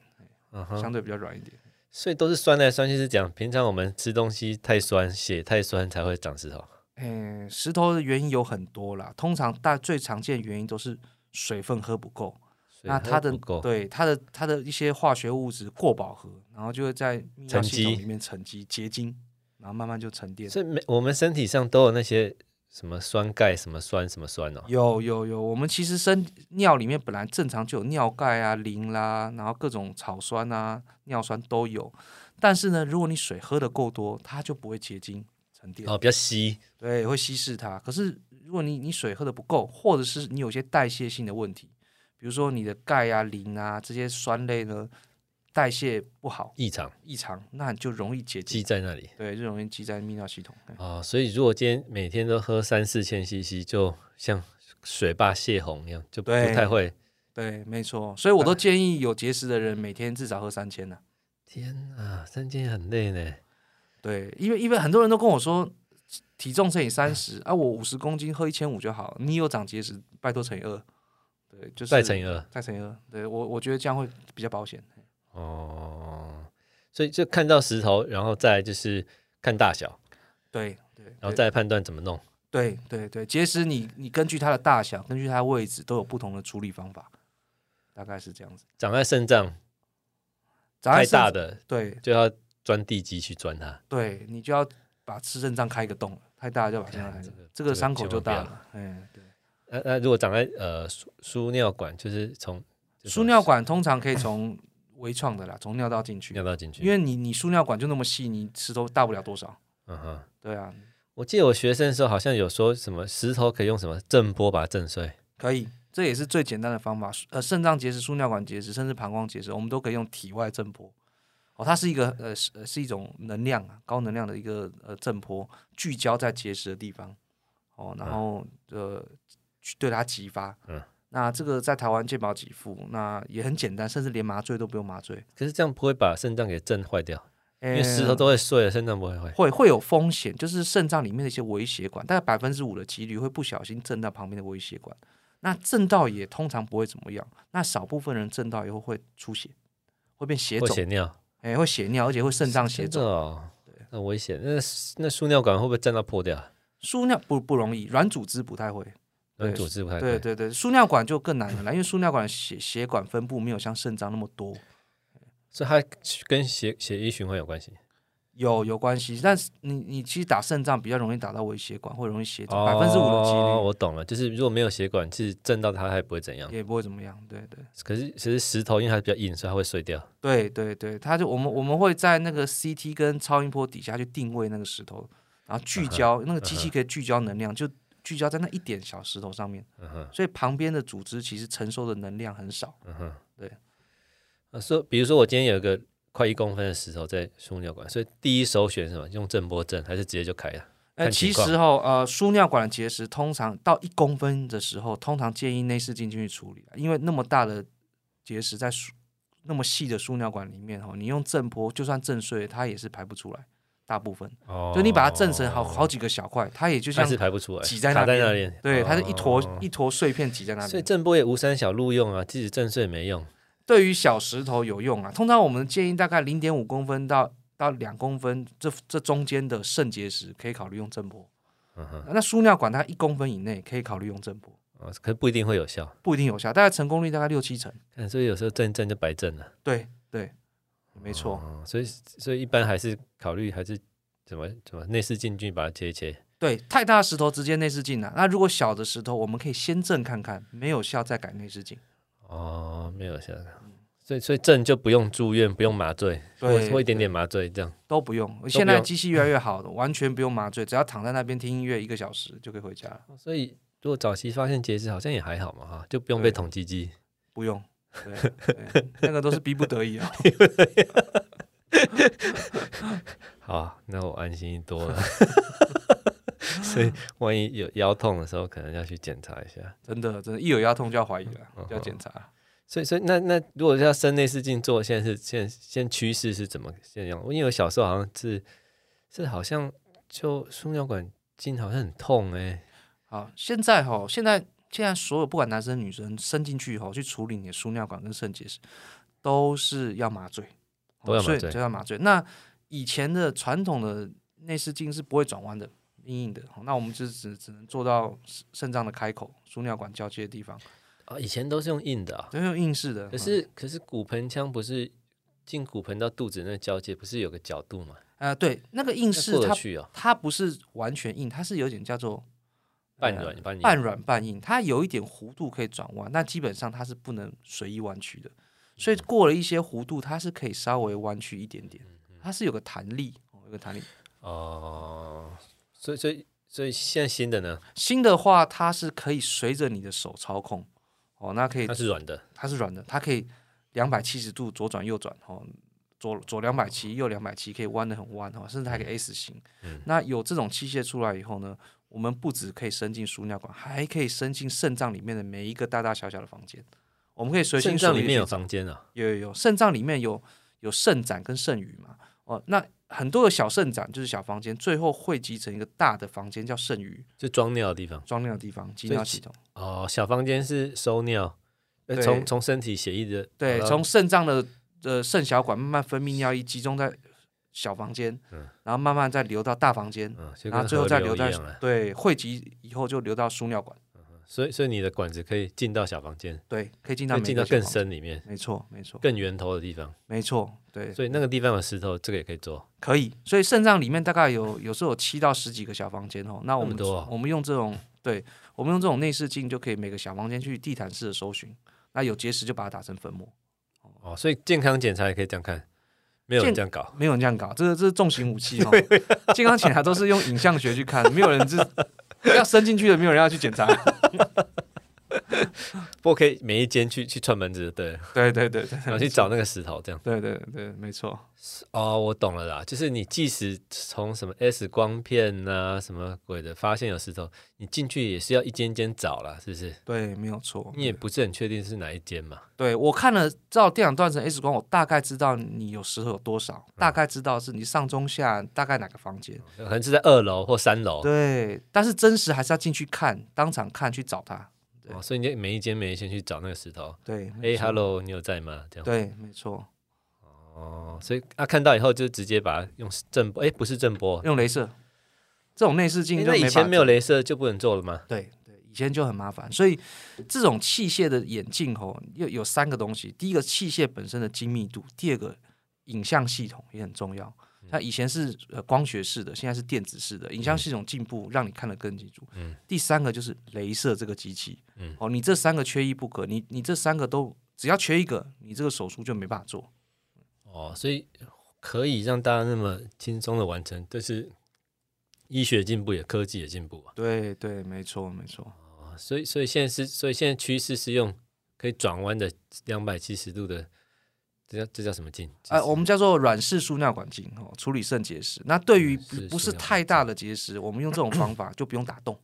S1: 嗯哼，
S2: 相对比较软一点。
S1: 所以都是酸来酸去是讲，平常我们吃东西太酸，血太酸才会长石头。
S2: 诶，石头的原因有很多啦，通常大最常见的原因都是水分喝不够，
S1: 所以
S2: 那它
S1: 不
S2: 的
S1: 够
S2: 对它的它的一些化学物质过饱和，然后就会在泌尿
S1: 沉
S2: 系统
S1: 积
S2: 里面沉积结晶，然后慢慢就沉淀。
S1: 所以每我们身体上都有那些什么酸钙、什么酸、什么酸哦。
S2: 有有有，我们其实身尿里面本来正常就有尿钙啊、磷啦、然后各种草酸啊、尿酸都有，但是呢，如果你水喝的够多，它就不会结晶沉淀，
S1: 哦，比较稀，
S2: 对，会稀释它。可是如果你你水喝的不够，或者是你有一些代谢性的问题，比如说你的钙啊、磷啊这些酸类呢代谢不好
S1: 异常
S2: 异常，那你就容易结
S1: 积
S2: 晶，
S1: 在那里
S2: 对，就容易积在泌尿系统。嗯
S1: 哦。所以如果今天每天都喝三四千 CC，就像水坝泄洪一样，就不
S2: 对
S1: 太会。
S2: 对，没错，所以我
S1: 哎
S2: 都建议有结石的人每天至少喝三千呢、
S1: 天啊，三千很累呢。
S2: 对，因为因为很多人都跟我说，体重乘以三十啊，我五十公斤喝一千五就好。你有长结石，拜托乘以二，对，就是
S1: 再乘以二
S2: 再乘以二。对我我觉得这样会比较保险。
S1: 哦。所以就看到石头，然后再来就是看大小，
S2: 对对，
S1: 然后再判断怎么弄。
S2: 对对对，结石你你根据它的大小，根据它的位置，都有不同的处理方法，大概是这样子。
S1: 长在肾脏
S2: 长在
S1: 太
S2: 肾
S1: 大，的
S2: 对
S1: 就要钻地基去钻它，
S2: 对，你就要把吃肾脏开一个洞了，太大就把肾脏开一个
S1: 这个
S2: 洞，这个伤口就大
S1: 千万不
S2: 了。嗯，对。
S1: 那、那如果长在呃输输尿管，就是从就
S2: 输
S1: 从
S2: 尿管通常可以从微创的啦，从尿道进去
S1: 尿。道进去，
S2: 因为你你输尿管就那么细，你石头大不了多少。
S1: 嗯哼，
S2: 对啊，
S1: 我记得我学生的时候好像有说什么石头可以用什么震波把它震碎，
S2: 可以，这也是最简单的方法。呃，肾脏结石、输尿管结石，甚至膀胱结石，我们都可以用体外震波。哦，它是一个呃是呃是一种能量啊，高能量的一个呃震波，聚焦在结石的地方。哦，然后、呃去对它激发。
S1: 嗯。
S2: 那这个在台湾健保给付，那也很简单，甚至连麻醉都不用麻醉，
S1: 可是这样不会把肾脏给震坏掉，
S2: 因
S1: 因为石头都会碎了，肾脏不会坏。
S2: 会会有风险，就是肾脏里面的一些微血管，大概百分之五的几率会不小心震到旁边的微血管。那震到也通常不会怎么样，那少部分人震到以后会出血，会变血
S1: 或
S2: 肿
S1: 血，尿，
S2: 哎、会血尿，而且会肾脏血
S1: 真的
S2: 肿。
S1: 哦，那危险。那那输尿管会不会震到破掉？
S2: 输尿不不容易，软组织不太会。对
S1: 那组织不太
S2: 对对对，输尿管就更难了啦，因为输尿管的血血管分布没有像肾脏那么多，
S1: 所以它跟血血液循环有关系。
S2: 有有关系。但是你你其实打肾脏比较容易打到微血管，会容易血肿，
S1: 哦
S2: 百分之五的几率
S1: 我懂了，就是如果没有血管，其实震到它还不会怎样。
S2: 也不会怎么样。对对。
S1: 可是其实石头因为它比较硬，所以它会碎掉。
S2: 对对对，它就我们我们会在那个 CT 跟超音波底下去定位那个石头，然后
S1: 嗯
S2: 聚焦、那个机器可以聚焦能量，就聚焦在那一点小石头上面，
S1: 嗯哼，
S2: 所以旁边的组织其实承受的能量很少。
S1: 嗯哼，
S2: 对。
S1: 呃，说比如说我今天有一个快一公分的石头在输尿管，所以第一首选是什么？用震波震，还是直接就开了？
S2: 呃，
S1: 看
S2: 其
S1: 情况
S2: 实哦，呃，输尿管的结石通常到一公分的时候，通常建议内视镜进去处理，因为那么大的结石在输那么细的输尿管里面哦，你用震波就算震碎，它也是排不出来。大部分
S1: 哦
S2: 就你把它震成好好几个小块，它也就
S1: 还
S2: 像
S1: 哦是排不出来，
S2: 挤在
S1: 卡
S2: 那
S1: 在
S2: 边
S1: 那里，
S2: 对，它是一坨
S1: 哦
S2: 一坨碎片挤在那
S1: 所以
S2: 里。
S1: 震波也无三小路用啊，即使震碎没用。
S2: 对于小石头有用啊，通常我们建议大概零点五公分到到两公分这这中间的肾结石可以考虑用震波。
S1: 嗯哼，
S2: 那输尿管它一公分以内可以考虑用震波，
S1: 哦可是不一定会有效，
S2: 不一定有效，大概成功率大概六七成。
S1: 看所以有时候震一震就白震了。
S2: 对对，没错，
S1: 哦，所以所以一般还是考虑还是怎么怎么内视镜去把它切一切。
S2: 对，太大的石头直接内视镜了、啊那如果小的石头，我们可以先震看看，没有效再改内视镜。
S1: 哦，没有效。所以所以震就不用住院，不用麻醉，或
S2: 对，
S1: 或一点点麻醉这样。
S2: 都不用。现在机器越来越好，完全不用麻醉，只要躺在那边听音乐一个小时就可以回家了，
S1: 所以如果早期发现结石，好像也还好嘛哈，就不用
S2: 对
S1: 被捅鸡鸡。
S2: 不用。 (laughs) 对，对那个都是逼不
S1: (laughs)
S2: 得已啊。
S1: 好啊，那我安心多 (laughs) 了。所以万一有腰痛的时候，可能要去检查一下。
S2: 真的，真的，一有腰痛就要怀疑了
S1: 嗯，
S2: 就要检查。
S1: 所以，所以那那如果要深内视镜做，现在是现现趋势是怎么现样？因为我小时候好像是是好像就输尿管镜好像很痛哎、
S2: 好，现在哈，现在现在所有不管男生女生伸进去以后去处理你的输尿管跟肾结石，都是要麻醉，哦
S1: 都要麻醉
S2: 所以就要麻醉。那以前的传统的内视镜是不会转弯的，硬硬的，哦那我们就只只能做到肾肾脏的开口、输尿管交接的地方，
S1: 哦，以前都是用硬的啊、
S2: 都用硬式的。嗯
S1: 可是可是骨盆腔不是进骨盆到肚子那交界不是有个角度嘛？
S2: 呃，对，那个硬
S1: 那
S2: 式
S1: 过得
S2: 它
S1: 去哦，
S2: 它不是完全硬，它是有点叫做
S1: 半
S2: 呃
S1: 软半硬
S2: 半软半硬，它有一点弧度可以转弯，但基本上它是不能随意弯曲的。
S1: 嗯
S2: 所以过了一些弧度，它是可以稍微弯曲一点点，
S1: 嗯
S2: 它是有个弹力，哦有个弹力。
S1: 哦。所以所以所以现在新的呢，
S2: 新的话，它是可以随着你的手操控，哦，那可以
S1: 它，是软的，
S2: 它是软的，它可以两百七十度左转右转，哦，左左两百七，右两百七，可以弯的很弯，哦，甚至还可
S1: 嗯
S2: 以 S 型。那有这种器械出来以后呢，我们不只可以伸进输尿管，还可以伸进肾脏里面的每一个大大小小的房间。我们可以随心
S1: 肾
S2: 所
S1: 脏
S2: 欲
S1: 里
S2: 地
S1: 面有
S2: 去
S1: 房间啊。
S2: 有有有，肾脏里面有有肾盏跟肾盂嘛。哦，那很多的小肾盏就是小房间，最后汇集成一个大的房间叫肾盂，
S1: 就装尿的地方
S2: 装尿的地方，集
S1: 所以
S2: 尿
S1: 其
S2: 系统。
S1: 哦，小房间是收尿，呃
S2: 对
S1: 从从身体血液的
S2: 对，
S1: 跑到
S2: 从肾脏的呃肾小管慢慢分泌尿液，集中在小房间，然后慢慢再流到大房间，
S1: 嗯，就
S2: 然后
S1: 跟
S2: 最后
S1: 河
S2: 再
S1: 流
S2: 流
S1: 一
S2: 到
S1: 样了。
S2: 对汇集以后就流到输尿管，
S1: 所以所以你的管子可以进到小房间，
S2: 对，可以进到
S1: 可以
S2: 每
S1: 进
S2: 个
S1: 到
S2: 小
S1: 更
S2: 房间，
S1: 深里面、
S2: 没错，没错，
S1: 更源头的地方。
S2: 没错，对，
S1: 所以那个地方有石头，这个也可以做。
S2: 可以。所以肾脏里面大概有有时候有七到十几个小房间哦，那我
S1: 那
S2: 们
S1: 么多啊
S2: 我们用这种对，我们用这种内视镜就可以每个小房间去地毯式的搜寻，那有结石就把它打成粉末。
S1: 哦，所以健康检查也可以这样看，没有人
S2: 健
S1: 这样搞。
S2: 没有人这样搞，这个这是重型武
S1: (laughs)
S2: 器哦。健康检查都是用影像学去看，没有人是要伸进去的，没有人要去检
S1: (laughs)
S2: 查。
S1: 不过可以每一间去去串门子，对，
S2: (laughs) 对对对对
S1: 然后去找那个石头这样。
S2: 对对对，没错，
S1: 哦，我懂了啦，就是你即使从什么 S 光片啊什么鬼的发现有石头，你进去也是要一间间找啦，是不是？
S2: 对没有错。
S1: 你也不是很确定是哪一间嘛。
S2: 对我看了照电脑断层 X 光，我大概知道你有石头有多
S1: 嗯
S2: 少，大概知道是你上中下大概哪个房间。
S1: 可能是在二楼或三楼，
S2: 对，但是真实还是要进去看，当场看去找它。对
S1: 哦、所以你就每一间每一间去找那个石头。
S2: 对，
S1: 哎
S2: 没错
S1: ，hello，你有在吗？这样
S2: 对，没错，
S1: 哦，所以啊，看到以后就直接把它用震波，哎，不是震波，
S2: 用镭射这种内视镜
S1: 诶
S2: 就
S1: 那
S2: 没
S1: 以
S2: 法
S1: 前没有镭射就不能做了吗？
S2: 对对，以前就很麻烦，所以这种器械的眼镜吼，又有三个东西：第一个器械本身的精密度，第二个影像系统也很重要。像以前是呃光学式的，现在是电子式的，影像系统进步，让你看得更清楚。
S1: 嗯
S2: 第三个就是镭射这个机器，
S1: 嗯
S2: 哦，你这三个缺一不可，你你这三个都只要缺一个，你这个手术就没办法做。
S1: 哦，所以可以让大家那么轻松的完成，这是医学进步也科技也进步啊。
S2: 对对，没错没错，
S1: 哦所以所以现在是，所以现在趋势是用可以转弯的两百七十度的，这叫这叫什么镜？
S2: 呃，我们叫做软式输尿管镜哦，处理肾结石。那对于
S1: 软式
S2: 不不
S1: 输
S2: 是
S1: 尿管
S2: 太大的结石，我们用这种方法就不用打
S1: (clears throat)
S2: 洞，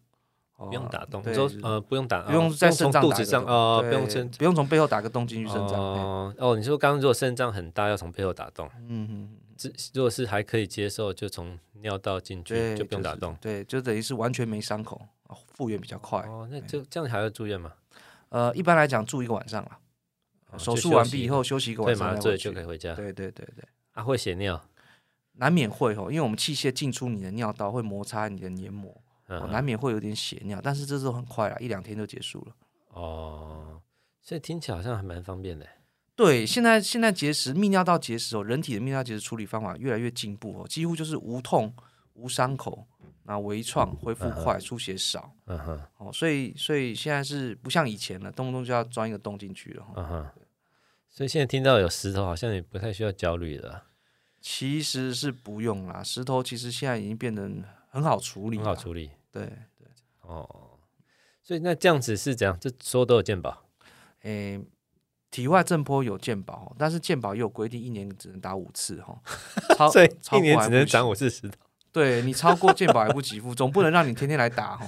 S2: 哦
S1: 不用打洞，
S2: 对
S1: 你说
S2: 就是
S1: 呃不用打，
S2: 不用在
S1: 从
S2: 肾脏
S1: 肚
S2: 打
S1: 子
S2: 一个
S1: 上
S2: 洞
S1: 哦，不
S2: 对
S1: 用哦肾
S2: 不用从背后打个洞进去肾脏。
S1: 哦哦，你说刚刚如果肾脏很大，要从背后打洞，
S2: 嗯嗯，嗯
S1: 只如果是还可以接受，就从尿道进去
S2: 对，
S1: 就不用打
S2: 是
S1: 洞。
S2: 对，就等于是完全没伤口，啊复原比较快。
S1: 哦，那就这样还要住院吗？
S2: 呃，一般来讲住一个晚上啦，
S1: 哦
S2: 手
S1: 就
S2: 术
S1: 休
S2: 完
S1: 息
S2: 毕以后休息一个
S1: 对
S2: 晚
S1: 麻
S2: 上再
S1: 醉
S2: 回
S1: 就
S2: 去。
S1: 可以回家。
S2: 对对对对，
S1: 啊，会血尿，
S2: 难免会哦吼，因为我们器械进出你的尿道会摩擦你的黏膜，哦
S1: 嗯，
S2: 难免会有点血尿，但是这都很快啦，一两天就结束了。
S1: 哦，所以听起来好像还蛮方便的。
S2: 对，现在现在结石、泌尿道结石哦，人体的泌尿结石处理方法越来越进步哦，几乎就是无痛、无伤口，那微创恢复快，出血少
S1: 嗯哼，
S2: 哦，所以所以现在是不像以前了，动不动就要钻一个洞进去了哦。
S1: 嗯哼。所以现在听到有石头，好像也不太需要焦虑了啊，
S2: 其实是不用啦，石头其实现在已经变得很好处理，啊
S1: 很好处理。
S2: 理。对，
S1: 哦，所以那这样子是怎样？这所有都有健保
S2: 诶、体外震波有健保哦，但是健保也有规定，一年只能打五次
S1: (laughs)
S2: 哈、哦，超
S1: 所以
S2: 超
S1: 一年
S2: 过还
S1: 只
S2: 不
S1: 能
S2: 行
S1: 长五次石头。
S2: 对你超过健保还不给付，总不能让你天天来打哈。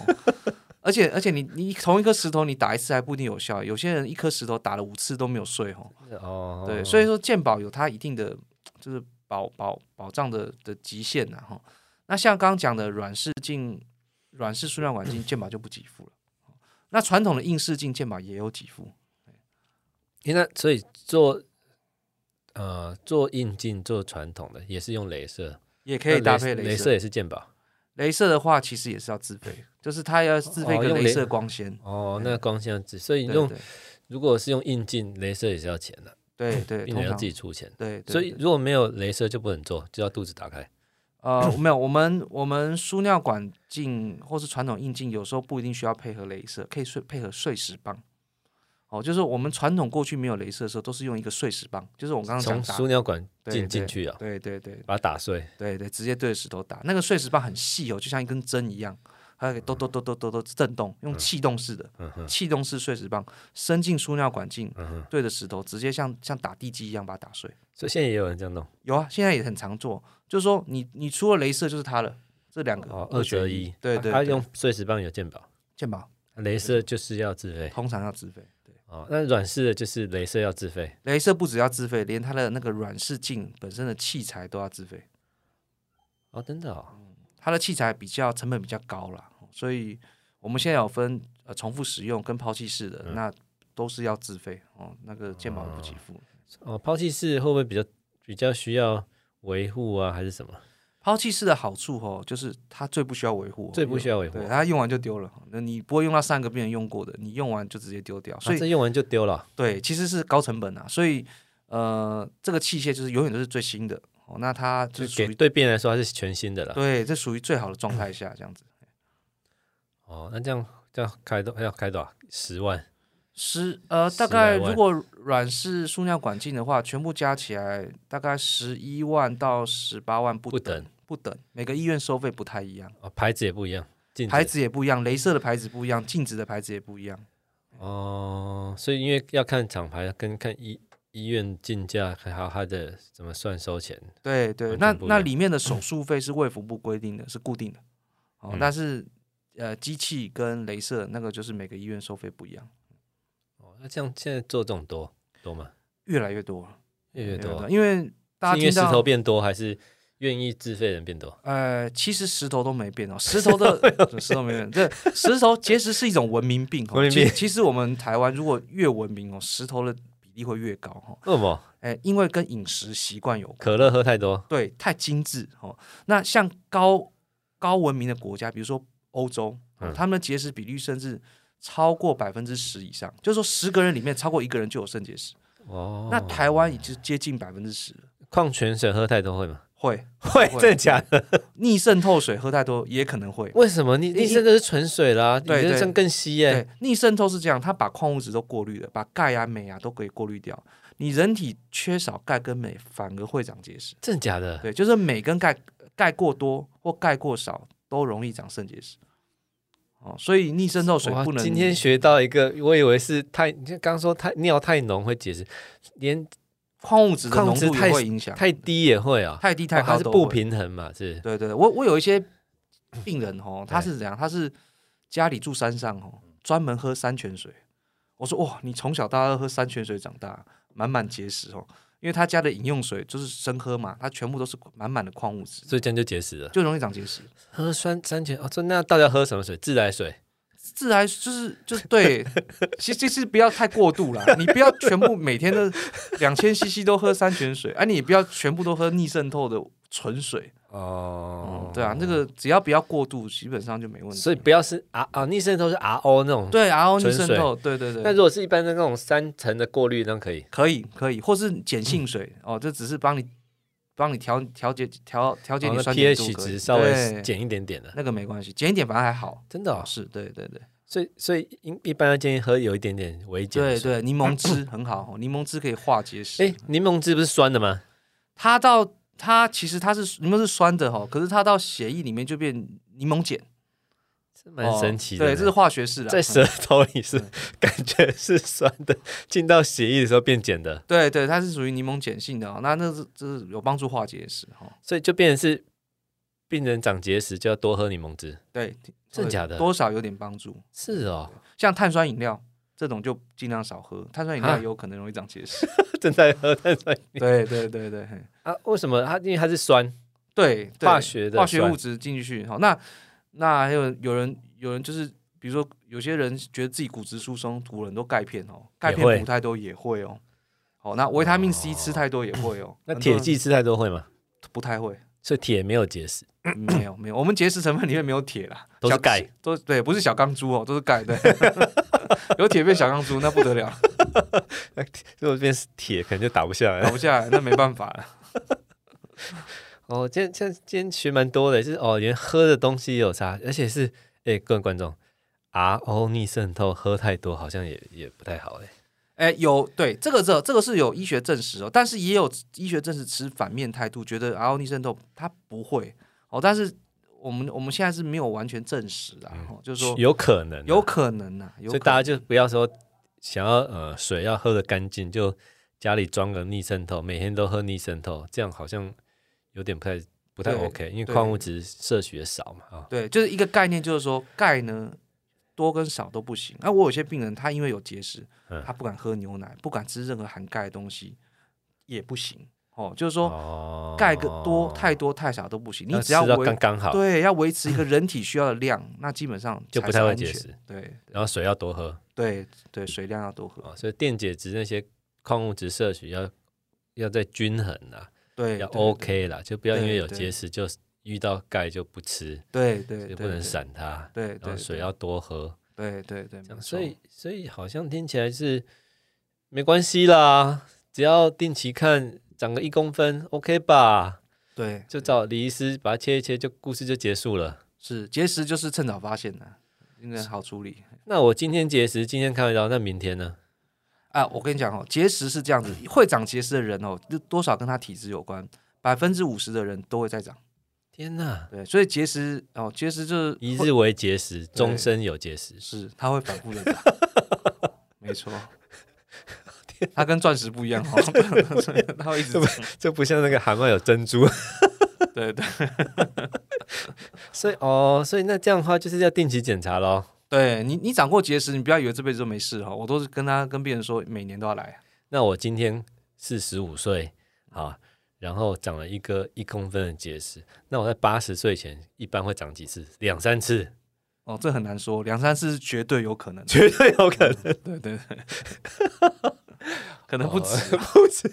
S2: 而且而且你你同一颗石头你打一次还不一定有效，有些人一颗石头打了五次都没有睡哈。
S1: 哦，
S2: 对，所以说健保有它一定的就是保保保障的的极限呐、哈。那像刚刚讲的软式镜、软式输尿管镜，健保就不给付了。那传统的硬式镜，健保也有给付。
S1: 诶那所以做呃做硬镜做传统的也是用镭射，
S2: 也可以
S1: 那
S2: 搭
S1: 镭
S2: 配
S1: 镭
S2: 镭
S1: 射，也是鉴宝
S2: 镭射的话其实也是要自费，就是它要自
S1: 哦
S2: 费一个
S1: 用
S2: 镭
S1: 镭
S2: 射光纤。
S1: 哦。那光线只所以
S2: 对
S1: 用
S2: 对
S1: 如果是用硬镜，镭射也是要钱的，
S2: 对
S1: (clears throat)
S2: 对，
S1: 病
S2: 通
S1: 人要
S2: 常
S1: 自己出钱。
S2: 对，对
S1: 所以
S2: 对
S1: 如果没有镭射就不能做，就要肚子打开。
S2: 呃，
S1: (coughs)
S2: 没有，我们我们输尿管镜或是传统硬镜，有时候不一定需要配合镭射，可以睡配合碎石棒。哦，就是我们传统过去没有镭射的时候，都是用一个碎石棒，就是我刚刚讲
S1: 从
S2: 打
S1: 输，尿管
S2: 对
S1: 进
S2: 对
S1: 进去啊，
S2: 对对对
S1: 把它打碎。
S2: 对对，直接对着石头打。那个碎石棒很细哦，就像一根针一样，它可以咚咚咚咚咚咚震动，用气动式的
S1: 嗯哼，
S2: 气动式碎石棒伸进输尿管镜，
S1: 嗯哼。
S2: 对着石头直接像像打地基一样把它打碎。
S1: 所以现在也有人这样弄，
S2: 有啊，现在也很常做，就是说你你除了镭射就是它了，这两个
S1: 哦，二
S2: 选
S1: 择一。
S2: 对
S1: 啊
S2: 对，
S1: 他
S2: 对
S1: 用碎石棒有鉴宝，
S2: 健保
S1: 镭射就是要自费。
S2: 通常要自费，对，
S1: 哦，那软式的就是镭射要自费。
S2: 镭射不只要自费，连它的那个软式镜本身的器材都要自费，
S1: 哦，真的哦。
S2: 它的器材比较成本比较高啦，所以我们现在有分呃重复使用跟抛弃式
S1: 嗯
S2: 的，那都是要自费哦，那个健保不给付。
S1: 哦，抛弃式会不会比较比较需要维护啊，还是什么？
S2: 抛弃式的好处哦，就是它最不需要维护哦，
S1: 最不需要维护
S2: 对，它用完就丢了。那你不会用到上个病人用过的，你用完就直接丢掉，所
S1: 所
S2: 以
S1: 以、这用完就丢了。
S2: 对，其实是高成本啊，所以呃，这个器械就是永远都是最新的哦，那它就
S1: 就是
S2: 属
S1: 给
S2: 于
S1: 对病人来说，它是全新的了。
S2: 对，这属于最好的状态下这样子。
S1: 哦，那这样这样开多要开多少？十万
S2: 十呃，
S1: 10
S2: 大概
S1: 来万
S2: 如果软式输尿管镜的话，全部加起来大概十一万到十八万不
S1: 不
S2: 等，
S1: 等
S2: 不等，每个医院收费不太一样，
S1: 哦，牌子也不一样，镜
S2: 牌
S1: 子
S2: 子也不一样，镭射的牌子不一样，镜子的牌子也不一样。
S1: 哦，所以因为要看厂牌，跟看医医院进价，还有它的怎么算收钱。
S2: 对对，
S1: 完
S2: 那
S1: 全不一
S2: 那
S1: 样
S2: 里面的手术费是卫福部规定的，是固定的。哦，
S1: 嗯
S2: 但是呃，机器跟镭射那个就是每个医院收费不一样，
S1: 哦，那这样现在做这种多多吗？
S2: 越来越多了，
S1: 越来越多啊，
S2: 因为大家
S1: 是因为
S2: 听
S1: 石头
S2: 到
S1: 变多，还是愿意自费的人变多？
S2: 呃，其实石头都没
S1: (laughs)
S2: 变哦，石头的石头没变，这石头结石是一种文明病哦。
S1: 文明病
S2: 其其实我们台湾如果越文明哦，石头的比例会越高哦。
S1: 为什么？
S2: 哎，因为跟饮食习惯有关
S1: 可乐喝太多，
S2: 对，太精致哦。那像高高文明的国家，比如说欧洲，哦
S1: 嗯
S2: 他们的结石比率甚至超过百分之十以上，就是说十个人里面超过一个人就有肾结石。
S1: 哦，
S2: 那台湾已经接近百分之十了，
S1: 矿泉水喝太多会吗？
S2: 会
S1: 会
S2: 会
S1: 真的假的？
S2: 逆渗透水喝太多也可能会。
S1: 为什么？你
S2: 你
S1: 你这都是纯水啦，你
S2: 对
S1: 这
S2: 对
S1: 像更稀耶、
S2: 对，逆渗透是这样，它把矿物质都过滤了，把钙啊、镁啊都给过滤掉。你人体缺少钙跟镁，反而会长结石。
S1: 真的假的？
S2: 对，就是镁跟钙钙过多或钙过少都容易长肾结石。哦，所以逆渗透水
S1: 哇
S2: 不能。
S1: 今天学到一个，我以为是太，你就刚说太尿太浓会解释，连
S2: 矿物质的
S1: 矿
S2: 浓
S1: 物质
S2: 度也
S1: 太
S2: 会影响，
S1: 太低也会啊、
S2: 太低
S1: 它
S2: 太高
S1: 是
S2: 都
S1: 不
S2: 会。
S1: 平衡嘛，是
S2: 对对，对我我有一些病人哦，他是怎样？他是家里住山上哦，专门喝山泉水。我说哇，你从小到大都喝山泉水长大，满满结石哦。因为他家的饮用水就是生喝嘛，它全部都是满满的矿物质，
S1: 所以这样就结石了。
S2: 就容易长结石。
S1: 喝酸酸碱哦，这那到底要喝什么水？自来水。
S2: 自来就是就是对，其实其实不要太过度啦，你不要全部每天都两千 CC 都喝山泉水，哎、啊，你也不要全部都喝逆渗透的纯水，
S1: 哦
S2: 嗯，对啊，那个只要不要过度，基本上就没问题。
S1: 所以不要是 R 啊，逆渗透是 RO 那种。
S2: 对，然后逆
S1: 纯水
S2: 渗透，对对
S1: 那
S2: 对，
S1: 如果是一般的那种三层的过滤，那可以。
S2: 可以可以，或是碱
S1: 嗯
S2: 性水、哦，这只是帮你帮你调调节调调节
S1: 然后
S2: 你
S1: 哦那
S2: 酸碱度
S1: pH
S2: 可以
S1: 值稍微
S2: 对
S1: 减一点点的，
S2: 那个没关系，减一点反而还好。
S1: 真的、哦。
S2: 是，对对对
S1: 所以所以一一般要建议喝有一点点微碱的
S2: 对
S1: 水。
S2: 对，柠檬汁很好，哦柠檬汁可以化结石。
S1: 哎，柠檬汁不是酸的吗？
S2: 它到它其实它是柠檬是酸的哦哈，可是它到血液里面就变柠檬碱，
S1: 是蛮神奇的
S2: 哦
S1: 呢。
S2: 对，这是化学式的。
S1: 在舌头里是
S2: 嗯
S1: 感觉是酸的，进到血液的时候变碱的，
S2: 对对，它是属于柠檬碱性的哦，那那是这是有帮助化结石哦哈。
S1: 所以就变成是病人长结石就要多喝柠檬汁。
S2: 对，
S1: 真的假的
S2: 多少有点帮助。
S1: 是哦，
S2: 像碳酸饮料这种就尽量少喝，碳酸饮料
S1: 啊
S2: 也有可能容易长结
S1: (laughs)
S2: 石。
S1: (laughs) 正在喝碳酸饮料
S2: 对对对对，嘿
S1: 啊？为什么它因为它是酸
S2: 对对
S1: 化学的
S2: 化学
S1: 酸
S2: 物质进去。好，那那还有有人有人就是，比如说有些人觉得自己骨质疏松，涂了很多钙片哦，钙
S1: 也会
S2: 片补太多也会哦。好，那维他命 C 吃太多也会哦。
S1: (clears throat) 那
S2: 很多
S1: 铁
S2: 人
S1: 剂吃太多会吗？
S2: 不太会，嗯
S1: 所以铁没有结石，
S2: 没有没有，我们结石成分里面没有铁啦，
S1: 都是
S2: 小
S1: 钙，
S2: 都对，不是小钢珠哦，都是钙，对， (laughs) 有铁变小钢珠那不得了，
S1: 如果变是铁，可能就打不下
S2: 打
S1: 来。
S2: 不下来那没办法了。
S1: 哦，今天今天今天学蛮多的，就是哦，连喝的东西也有差，而且是哎，各位观众，RO 逆渗透喝太多好像也也不太好哎。
S2: 哎，有对这个这这个是有医学证实哦，但是也有医学证实持反面态度，觉得啊 RO 逆渗透它不会哦，但是我们我们现在是没有完全证实啊，哦就是说
S1: 嗯有可能啊、
S2: 有可能呐、啊，有
S1: 所以
S2: 可
S1: 大家
S2: 能
S1: 就不要说想要呃水要喝的干净，就家里装个逆渗透，每天都喝逆渗透，这样好像有点不太不太
S2: 对
S1: OK，因为
S2: 对
S1: 矿物质摄取也少嘛啊。
S2: 对，就是一个概念，就是说钙呢多跟少都不行。那、我有些病人他因为有结石
S1: 嗯，
S2: 他不敢喝牛奶，不敢吃任何含钙的东西，也不行。哦，就是说
S1: 哦
S2: 钙个多、太多太少都不行，你
S1: 要
S2: 只要
S1: 吃到
S2: 维
S1: 刚刚好，
S2: 对要维持一个人体需要的量，那基本上
S1: 就
S2: 才
S1: 不
S2: 是
S1: 太会
S2: 安
S1: 结
S2: 全
S1: 石。
S2: 对
S1: 然后水要多喝
S2: 对对，水量要多喝。
S1: 啊，所以电解质那些矿物质摄取要要再均衡啦，
S2: 对，
S1: 要
S2: 对
S1: OK 啦，就不要因为
S2: 对
S1: 有
S2: 对
S1: 结石就遇到钙就不吃，
S2: 对对
S1: 就
S2: 对，
S1: 不能
S2: 对。
S1: 闪它，
S2: 对对
S1: 然后
S2: 对，
S1: 水要多喝。
S2: 对对对，没
S1: 这样
S2: 错
S1: 所以所以好像听起来是没关系啦，只要定期看，长个一公分，OK 吧？
S2: 对
S1: 就找李医师把它切一切，就故事就结束了。
S2: 是结石就是趁早发现的，应该好处理。
S1: 那我今天节食，今天看得到，那明天呢？
S2: 啊，我跟你讲哦，结石是这样子，会长结石的人哦，就多少跟他体质有关，百分之五十的人都会再长。
S1: 天哪，
S2: 对，所以结石哦，结石就是
S1: 一
S2: 会
S1: 日为节食，终身有节食。
S2: 是它会反复的长，没 (laughs) 错。它跟钻石不一样
S1: (laughs)
S2: 哦， (laughs) 它会一直长。
S1: (laughs) 这不像那个蛤蟆有珍珠，
S2: 对对
S1: (laughs) 所以哦，所以那这样的话就是要定期检查喽。
S2: 对，你你长过结石，你不要以为这辈子都没事哦。我都是跟他跟病人说，每年都要来。
S1: 那我今天四十五岁啊，然后长了一个一公分的结石，那我在八十岁前一般会长几次？两三次。 (laughs)
S2: 哦，这很难说，两三次是绝对有可能的。
S1: 绝对有可能，
S2: 对
S1: (laughs)
S2: 对对，可能不止
S1: 哦
S2: 嗯
S1: (laughs) 不
S2: (laughs)
S1: 止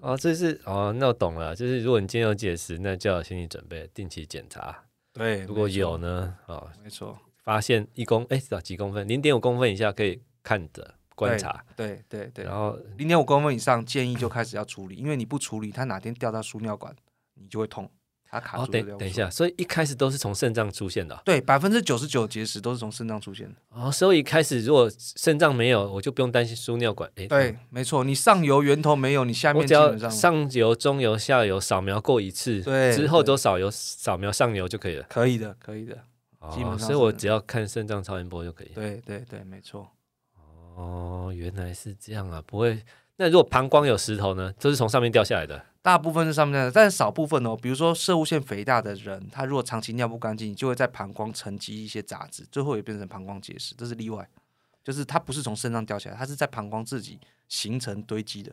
S1: 哦，这是哦，那我懂了，就是如果你今天有结石，那就要有心理准备，定期检查。
S2: 对，
S1: 如果
S2: 没错
S1: 有，呢，哦，
S2: 没错，
S1: 发现一公哎，少几公分，零点五公分以下可以看着观察，
S2: 对对对
S1: 然，后
S2: 零点五公分以上建议就开始要处理，因为你不处理，它哪天掉到输尿管，你就会痛，它卡
S1: 哦，
S2: 住了、
S1: 等等一，下，所以一开始都是从肾脏出现的哦
S2: 对，百分之九十九结石都是从肾脏出现的。
S1: 哦，所以一开始如果肾脏没有，我就不用担心输尿管，哎，
S2: 对，没错，你上游源头没有，你下
S1: 我
S2: 面
S1: 只
S2: 基
S1: 要
S2: 本上
S1: 上游、中游、下游扫描过一次，
S2: 对
S1: 之后
S2: 对
S1: 都扫游扫描上游就可以了。
S2: 可以的，可以的，基本
S1: 哦
S2: 上
S1: 所以我
S2: 是
S1: 只要看肾脏超音波就可以。
S2: 对对对，没错。
S1: 哦，原来是这样啊，不会。那如果膀胱有石头呢？就是从上面掉下来的。
S2: 大部分是上面的，但是少部分哦，比如说射物腺肥大的人，他如果长期尿不干净，就会在膀胱沉积一些杂质，最后也变成膀胱结石，这是例外，就是它不是从肾脏掉下来，它是在膀胱自己形成堆积的。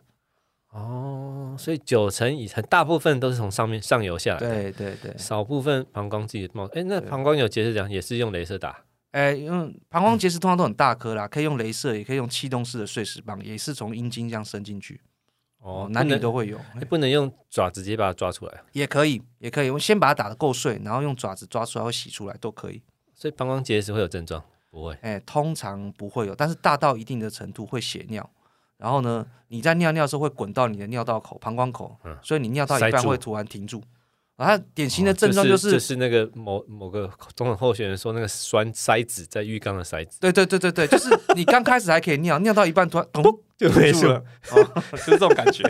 S1: 哦，所以九成以上，大部分都是从上面上游下来的，
S2: 对对对，
S1: 少部分膀胱自己冒。哎，那
S2: 对
S1: 膀胱有结石怎样？也是用镭射打？
S2: 哎，因为膀胱结石通常都很大颗啦，可以用镭射，也可以用气动式的碎石棒，也是从阴茎这样伸进去，
S1: 哦，
S2: 男
S1: 不
S2: 女
S1: 能
S2: 都会有，
S1: 哎不能用爪直接把它抓出来。
S2: 也可以，也可以，我们先把它打得够碎，然后用爪子抓出来或洗出来都可以。
S1: 所以膀胱结石会有症状？不会。
S2: 哎，通常不会有，但是大到一定的程度会血尿，然后呢，你在尿尿的时候会滚到你的尿道口、膀胱口，
S1: 嗯
S2: 所以你尿到一
S1: 塞
S2: 半
S1: 住
S2: 会突然停住。然后它典型的
S1: 哦
S2: 症状
S1: 就
S2: 就是，
S1: 就是那个某某个总统候选人说那个栓塞子在浴缸的塞子
S2: 对对对对对， (laughs) 就是你刚开始还可以尿，尿到一半突然咚
S1: 就
S2: 停住了，哦，就是这种感觉。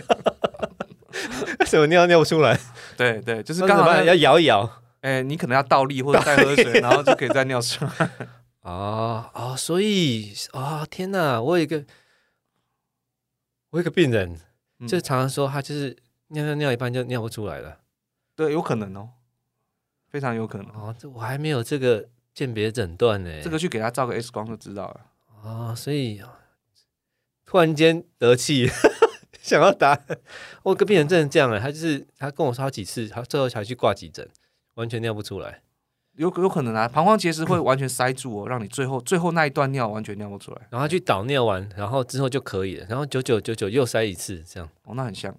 S1: 为 (laughs) 什么尿尿不出来？
S2: (laughs) 对对，就是
S1: 那
S2: 刚
S1: 怎
S2: 好
S1: 么办
S2: 那
S1: 要摇一摇。
S2: 哎，你可能要倒立或者再喝水，然后就可以再尿出来。 (laughs)
S1: 哦哦，所以啊、哦，天哪！我有一个，我有一个病人，
S2: 嗯
S1: 就常常说他就是尿尿尿一半就尿不出来了。
S2: 对，有可能哦，非常有可能。
S1: 哦，这我还没有这个鉴别诊断呢。
S2: 这个去给他照个 X 光就知道了。
S1: 哦，所以突然间得气， (laughs) 想要打我有个病人真的这样欸了，他就是他跟我说好几次，他最后才去挂急诊，完全尿不出来，
S2: 有有可能啊，膀胱结石会完全塞住哦，让你最后最后那一段尿完全尿不出来。
S1: 然后他去导尿完，然后之后就可以了，然后九九九九又塞一次，这样
S2: 哦，那很像。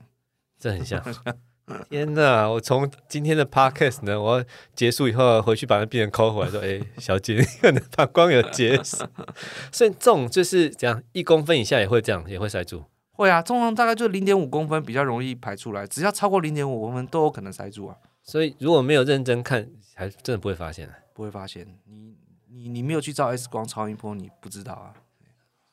S1: 这很像。天哪！我从今天的 podcast 呢，我要结束以后回去把那病人 call 回来，说：“哎、小姐，你可能膀胱有结石。”所以这种就是这样，一公分以下也会这样，也会塞住。
S2: 会啊，通常大概就零点五公分比较容易排出来，只要超过零点五公分都有可能塞住啊，
S1: 所以如果没有认真看，还真的不会发现的。啊
S2: 不会发现。你你你没有去照 X 光、超音波，你不知道啊，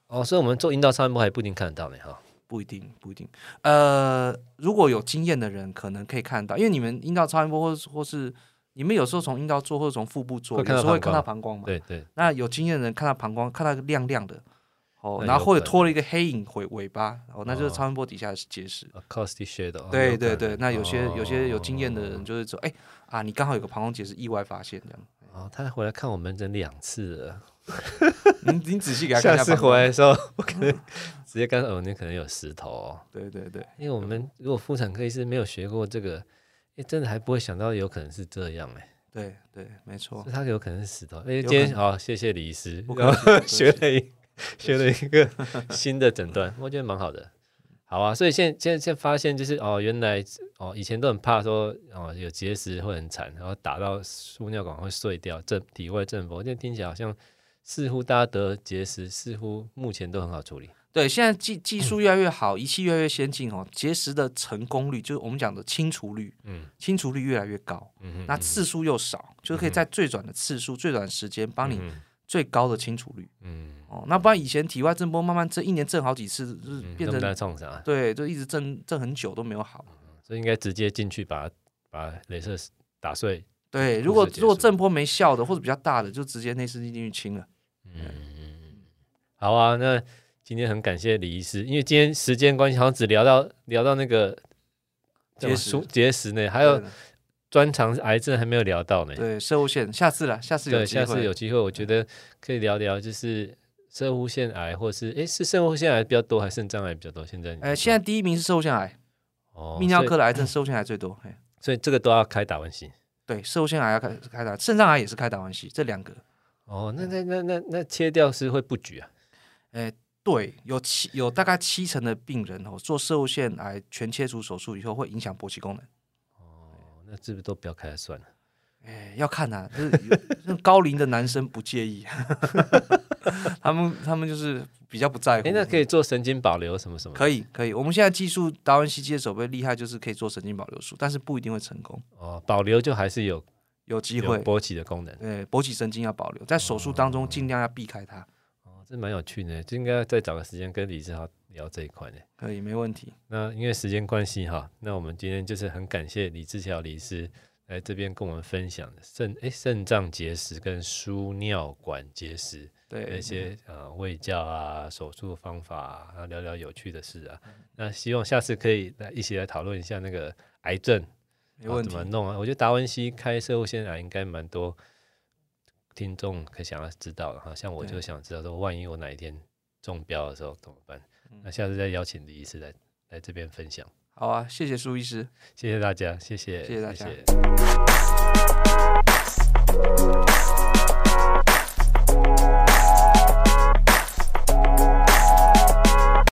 S1: 哦，所以我们做阴道超音波还不一定看得到呢，哈。
S2: 不一定不一定。呃，如果有经验的人可能可以看到，因为你们阴道超音波或是或是你们有时候从阴道做或者从腹部做，
S1: 会
S2: 有
S1: 看
S2: 时
S1: 到
S2: 候会
S1: 膀
S2: 看到膀胱嘛。
S1: 对对，
S2: 那有经验的人看到膀胱，看到亮亮的，哦，
S1: 那
S2: 然后或
S1: 有可
S2: 者
S1: 能
S2: 拖了一个黑影尾尾巴，哦，那就是
S1: 哦
S2: 超音波底下的结石。
S1: acoustic 啊 shadow 哦。有
S2: 对
S1: 可
S2: 对
S1: 能
S2: 对，那有些有些有经验的人
S1: 哦，
S2: 就是说，哎啊，你刚好有个膀胱结石，意外发现
S1: (laughs)
S2: 这样。
S1: 哦，他回来看我门诊两次了。
S2: 你你仔细给他看一
S1: 下
S2: 下
S1: 次
S2: 膀胱
S1: 回来的 (laughs) 时候，我可能直接跟他说哦，你可能有石头、哦，
S2: 对对对，
S1: 因为我们如果妇产科医师没有学过这个，哎，真的还不会想到有可能是这样哎，
S2: 对对，没错
S1: 就，他有可能是石头。哎，
S2: 可
S1: 今天
S2: 能
S1: 好、谢谢李医师
S2: 不，客
S1: 然
S2: 气不
S1: 后 (laughs)
S2: 客
S1: 学
S2: 气
S1: 了一学了一个新的诊断，我觉得蛮好的。好啊，所以现在现在现在发现就是哦，原来哦以前都很怕说哦有结石会很惨，然后打到输尿管会碎掉，正体外震波，现在听起来好像似乎大家得结石似乎目前都很好处理。
S2: 对，现在技技术越来越好，仪器越来越先进哦，结石的成功率就是我们讲的清除率，
S1: 嗯
S2: 清除率越来越高，
S1: 嗯哼，
S2: 那次数又少，就是可以在最短的次数、最短的时间帮你
S1: 嗯
S2: 最高的清除率。
S1: 嗯，
S2: 哦，那不然以前体外震波慢慢震，一年震好几次，就是
S1: 嗯
S2: 变
S1: 都不
S2: 成、
S1: 知道冲啥，
S2: 对，就一直震震很久都没有好。
S1: 所以应该直接进去把把镭射打碎。
S2: 对，
S1: 故
S2: 如果
S1: 事结
S2: 如果
S1: 束
S2: 震波没效的或者比较大的，就直接内视镜进去清了。
S1: 嗯，好啊，那今天很感谢李医师，因为今天时间关系，好像只聊到聊到那个叫
S2: 结石
S1: 什么结石呢，还有
S2: 对
S1: 专长癌症还没有聊到呢。
S2: 对射物线，下次了，下次有
S1: 对，
S2: 机会，
S1: 下次有机会，我觉得可以聊聊，就是射护腺癌，或是诶是肾护腺癌比较多，还是肾脏癌比较多？现在你
S2: 呃，
S1: 说
S2: 现在第一名是射物腺癌，
S1: 哦，
S2: 泌尿
S1: 所
S2: 科的癌症射物腺癌最多。嘿
S1: 以，所以这个都要开打完息。
S2: 对，射物腺癌要开开打，肾脏癌也是开打完息，这两个。
S1: 哦，
S2: 嗯
S1: 那那那那那切掉是会不举啊？
S2: 哎，对，有七有大概七成的病人哦，做射物腺癌全切除手术以后会影响勃起功能。
S1: 哦，那是不是都不要开了算了？
S2: 哎，要看呐、就是有那高龄的男生不介意， (laughs) 他们他们就是比较不在乎。
S1: 诶，那可以做神经保留什么什么？
S2: 嗯可以可以，我们现在技术达文西机的手背厉害，就是可以做神经保留术，但是不一定会成功，
S1: 哦，保留就还是有
S2: 有机
S1: 有
S2: 会。
S1: 勃起的功能。
S2: 对，勃起神经要保留，在手术当中尽量要避开它，
S1: 哦，这蛮有趣的，就应该再找个时间跟李志豪聊这一块呢。
S2: 可以没问题。
S1: 那因为时间关系哈，那我们今天就是很感谢李志乔李师来这边跟我们分享肾诶肾脏结石跟输尿管结石
S2: 对
S1: 那，些呃卫教啊、手术方法啊，然后聊聊有趣的事啊。那希望下次可以来一起来讨论一下那个癌症
S2: 没问
S1: 啊
S2: 题
S1: 怎么。弄啊？我觉得达文西开射后腺癌应该蛮多听众可想要知道的哈，像我
S2: 对嗯
S1: 就想知道说，万一我哪一天中标的时候怎么办？那下次再邀请李医师来
S2: 来这边分享。
S1: 好啊，谢谢苏医师。
S2: 谢谢大家，谢谢，
S1: 谢谢大家
S2: 谢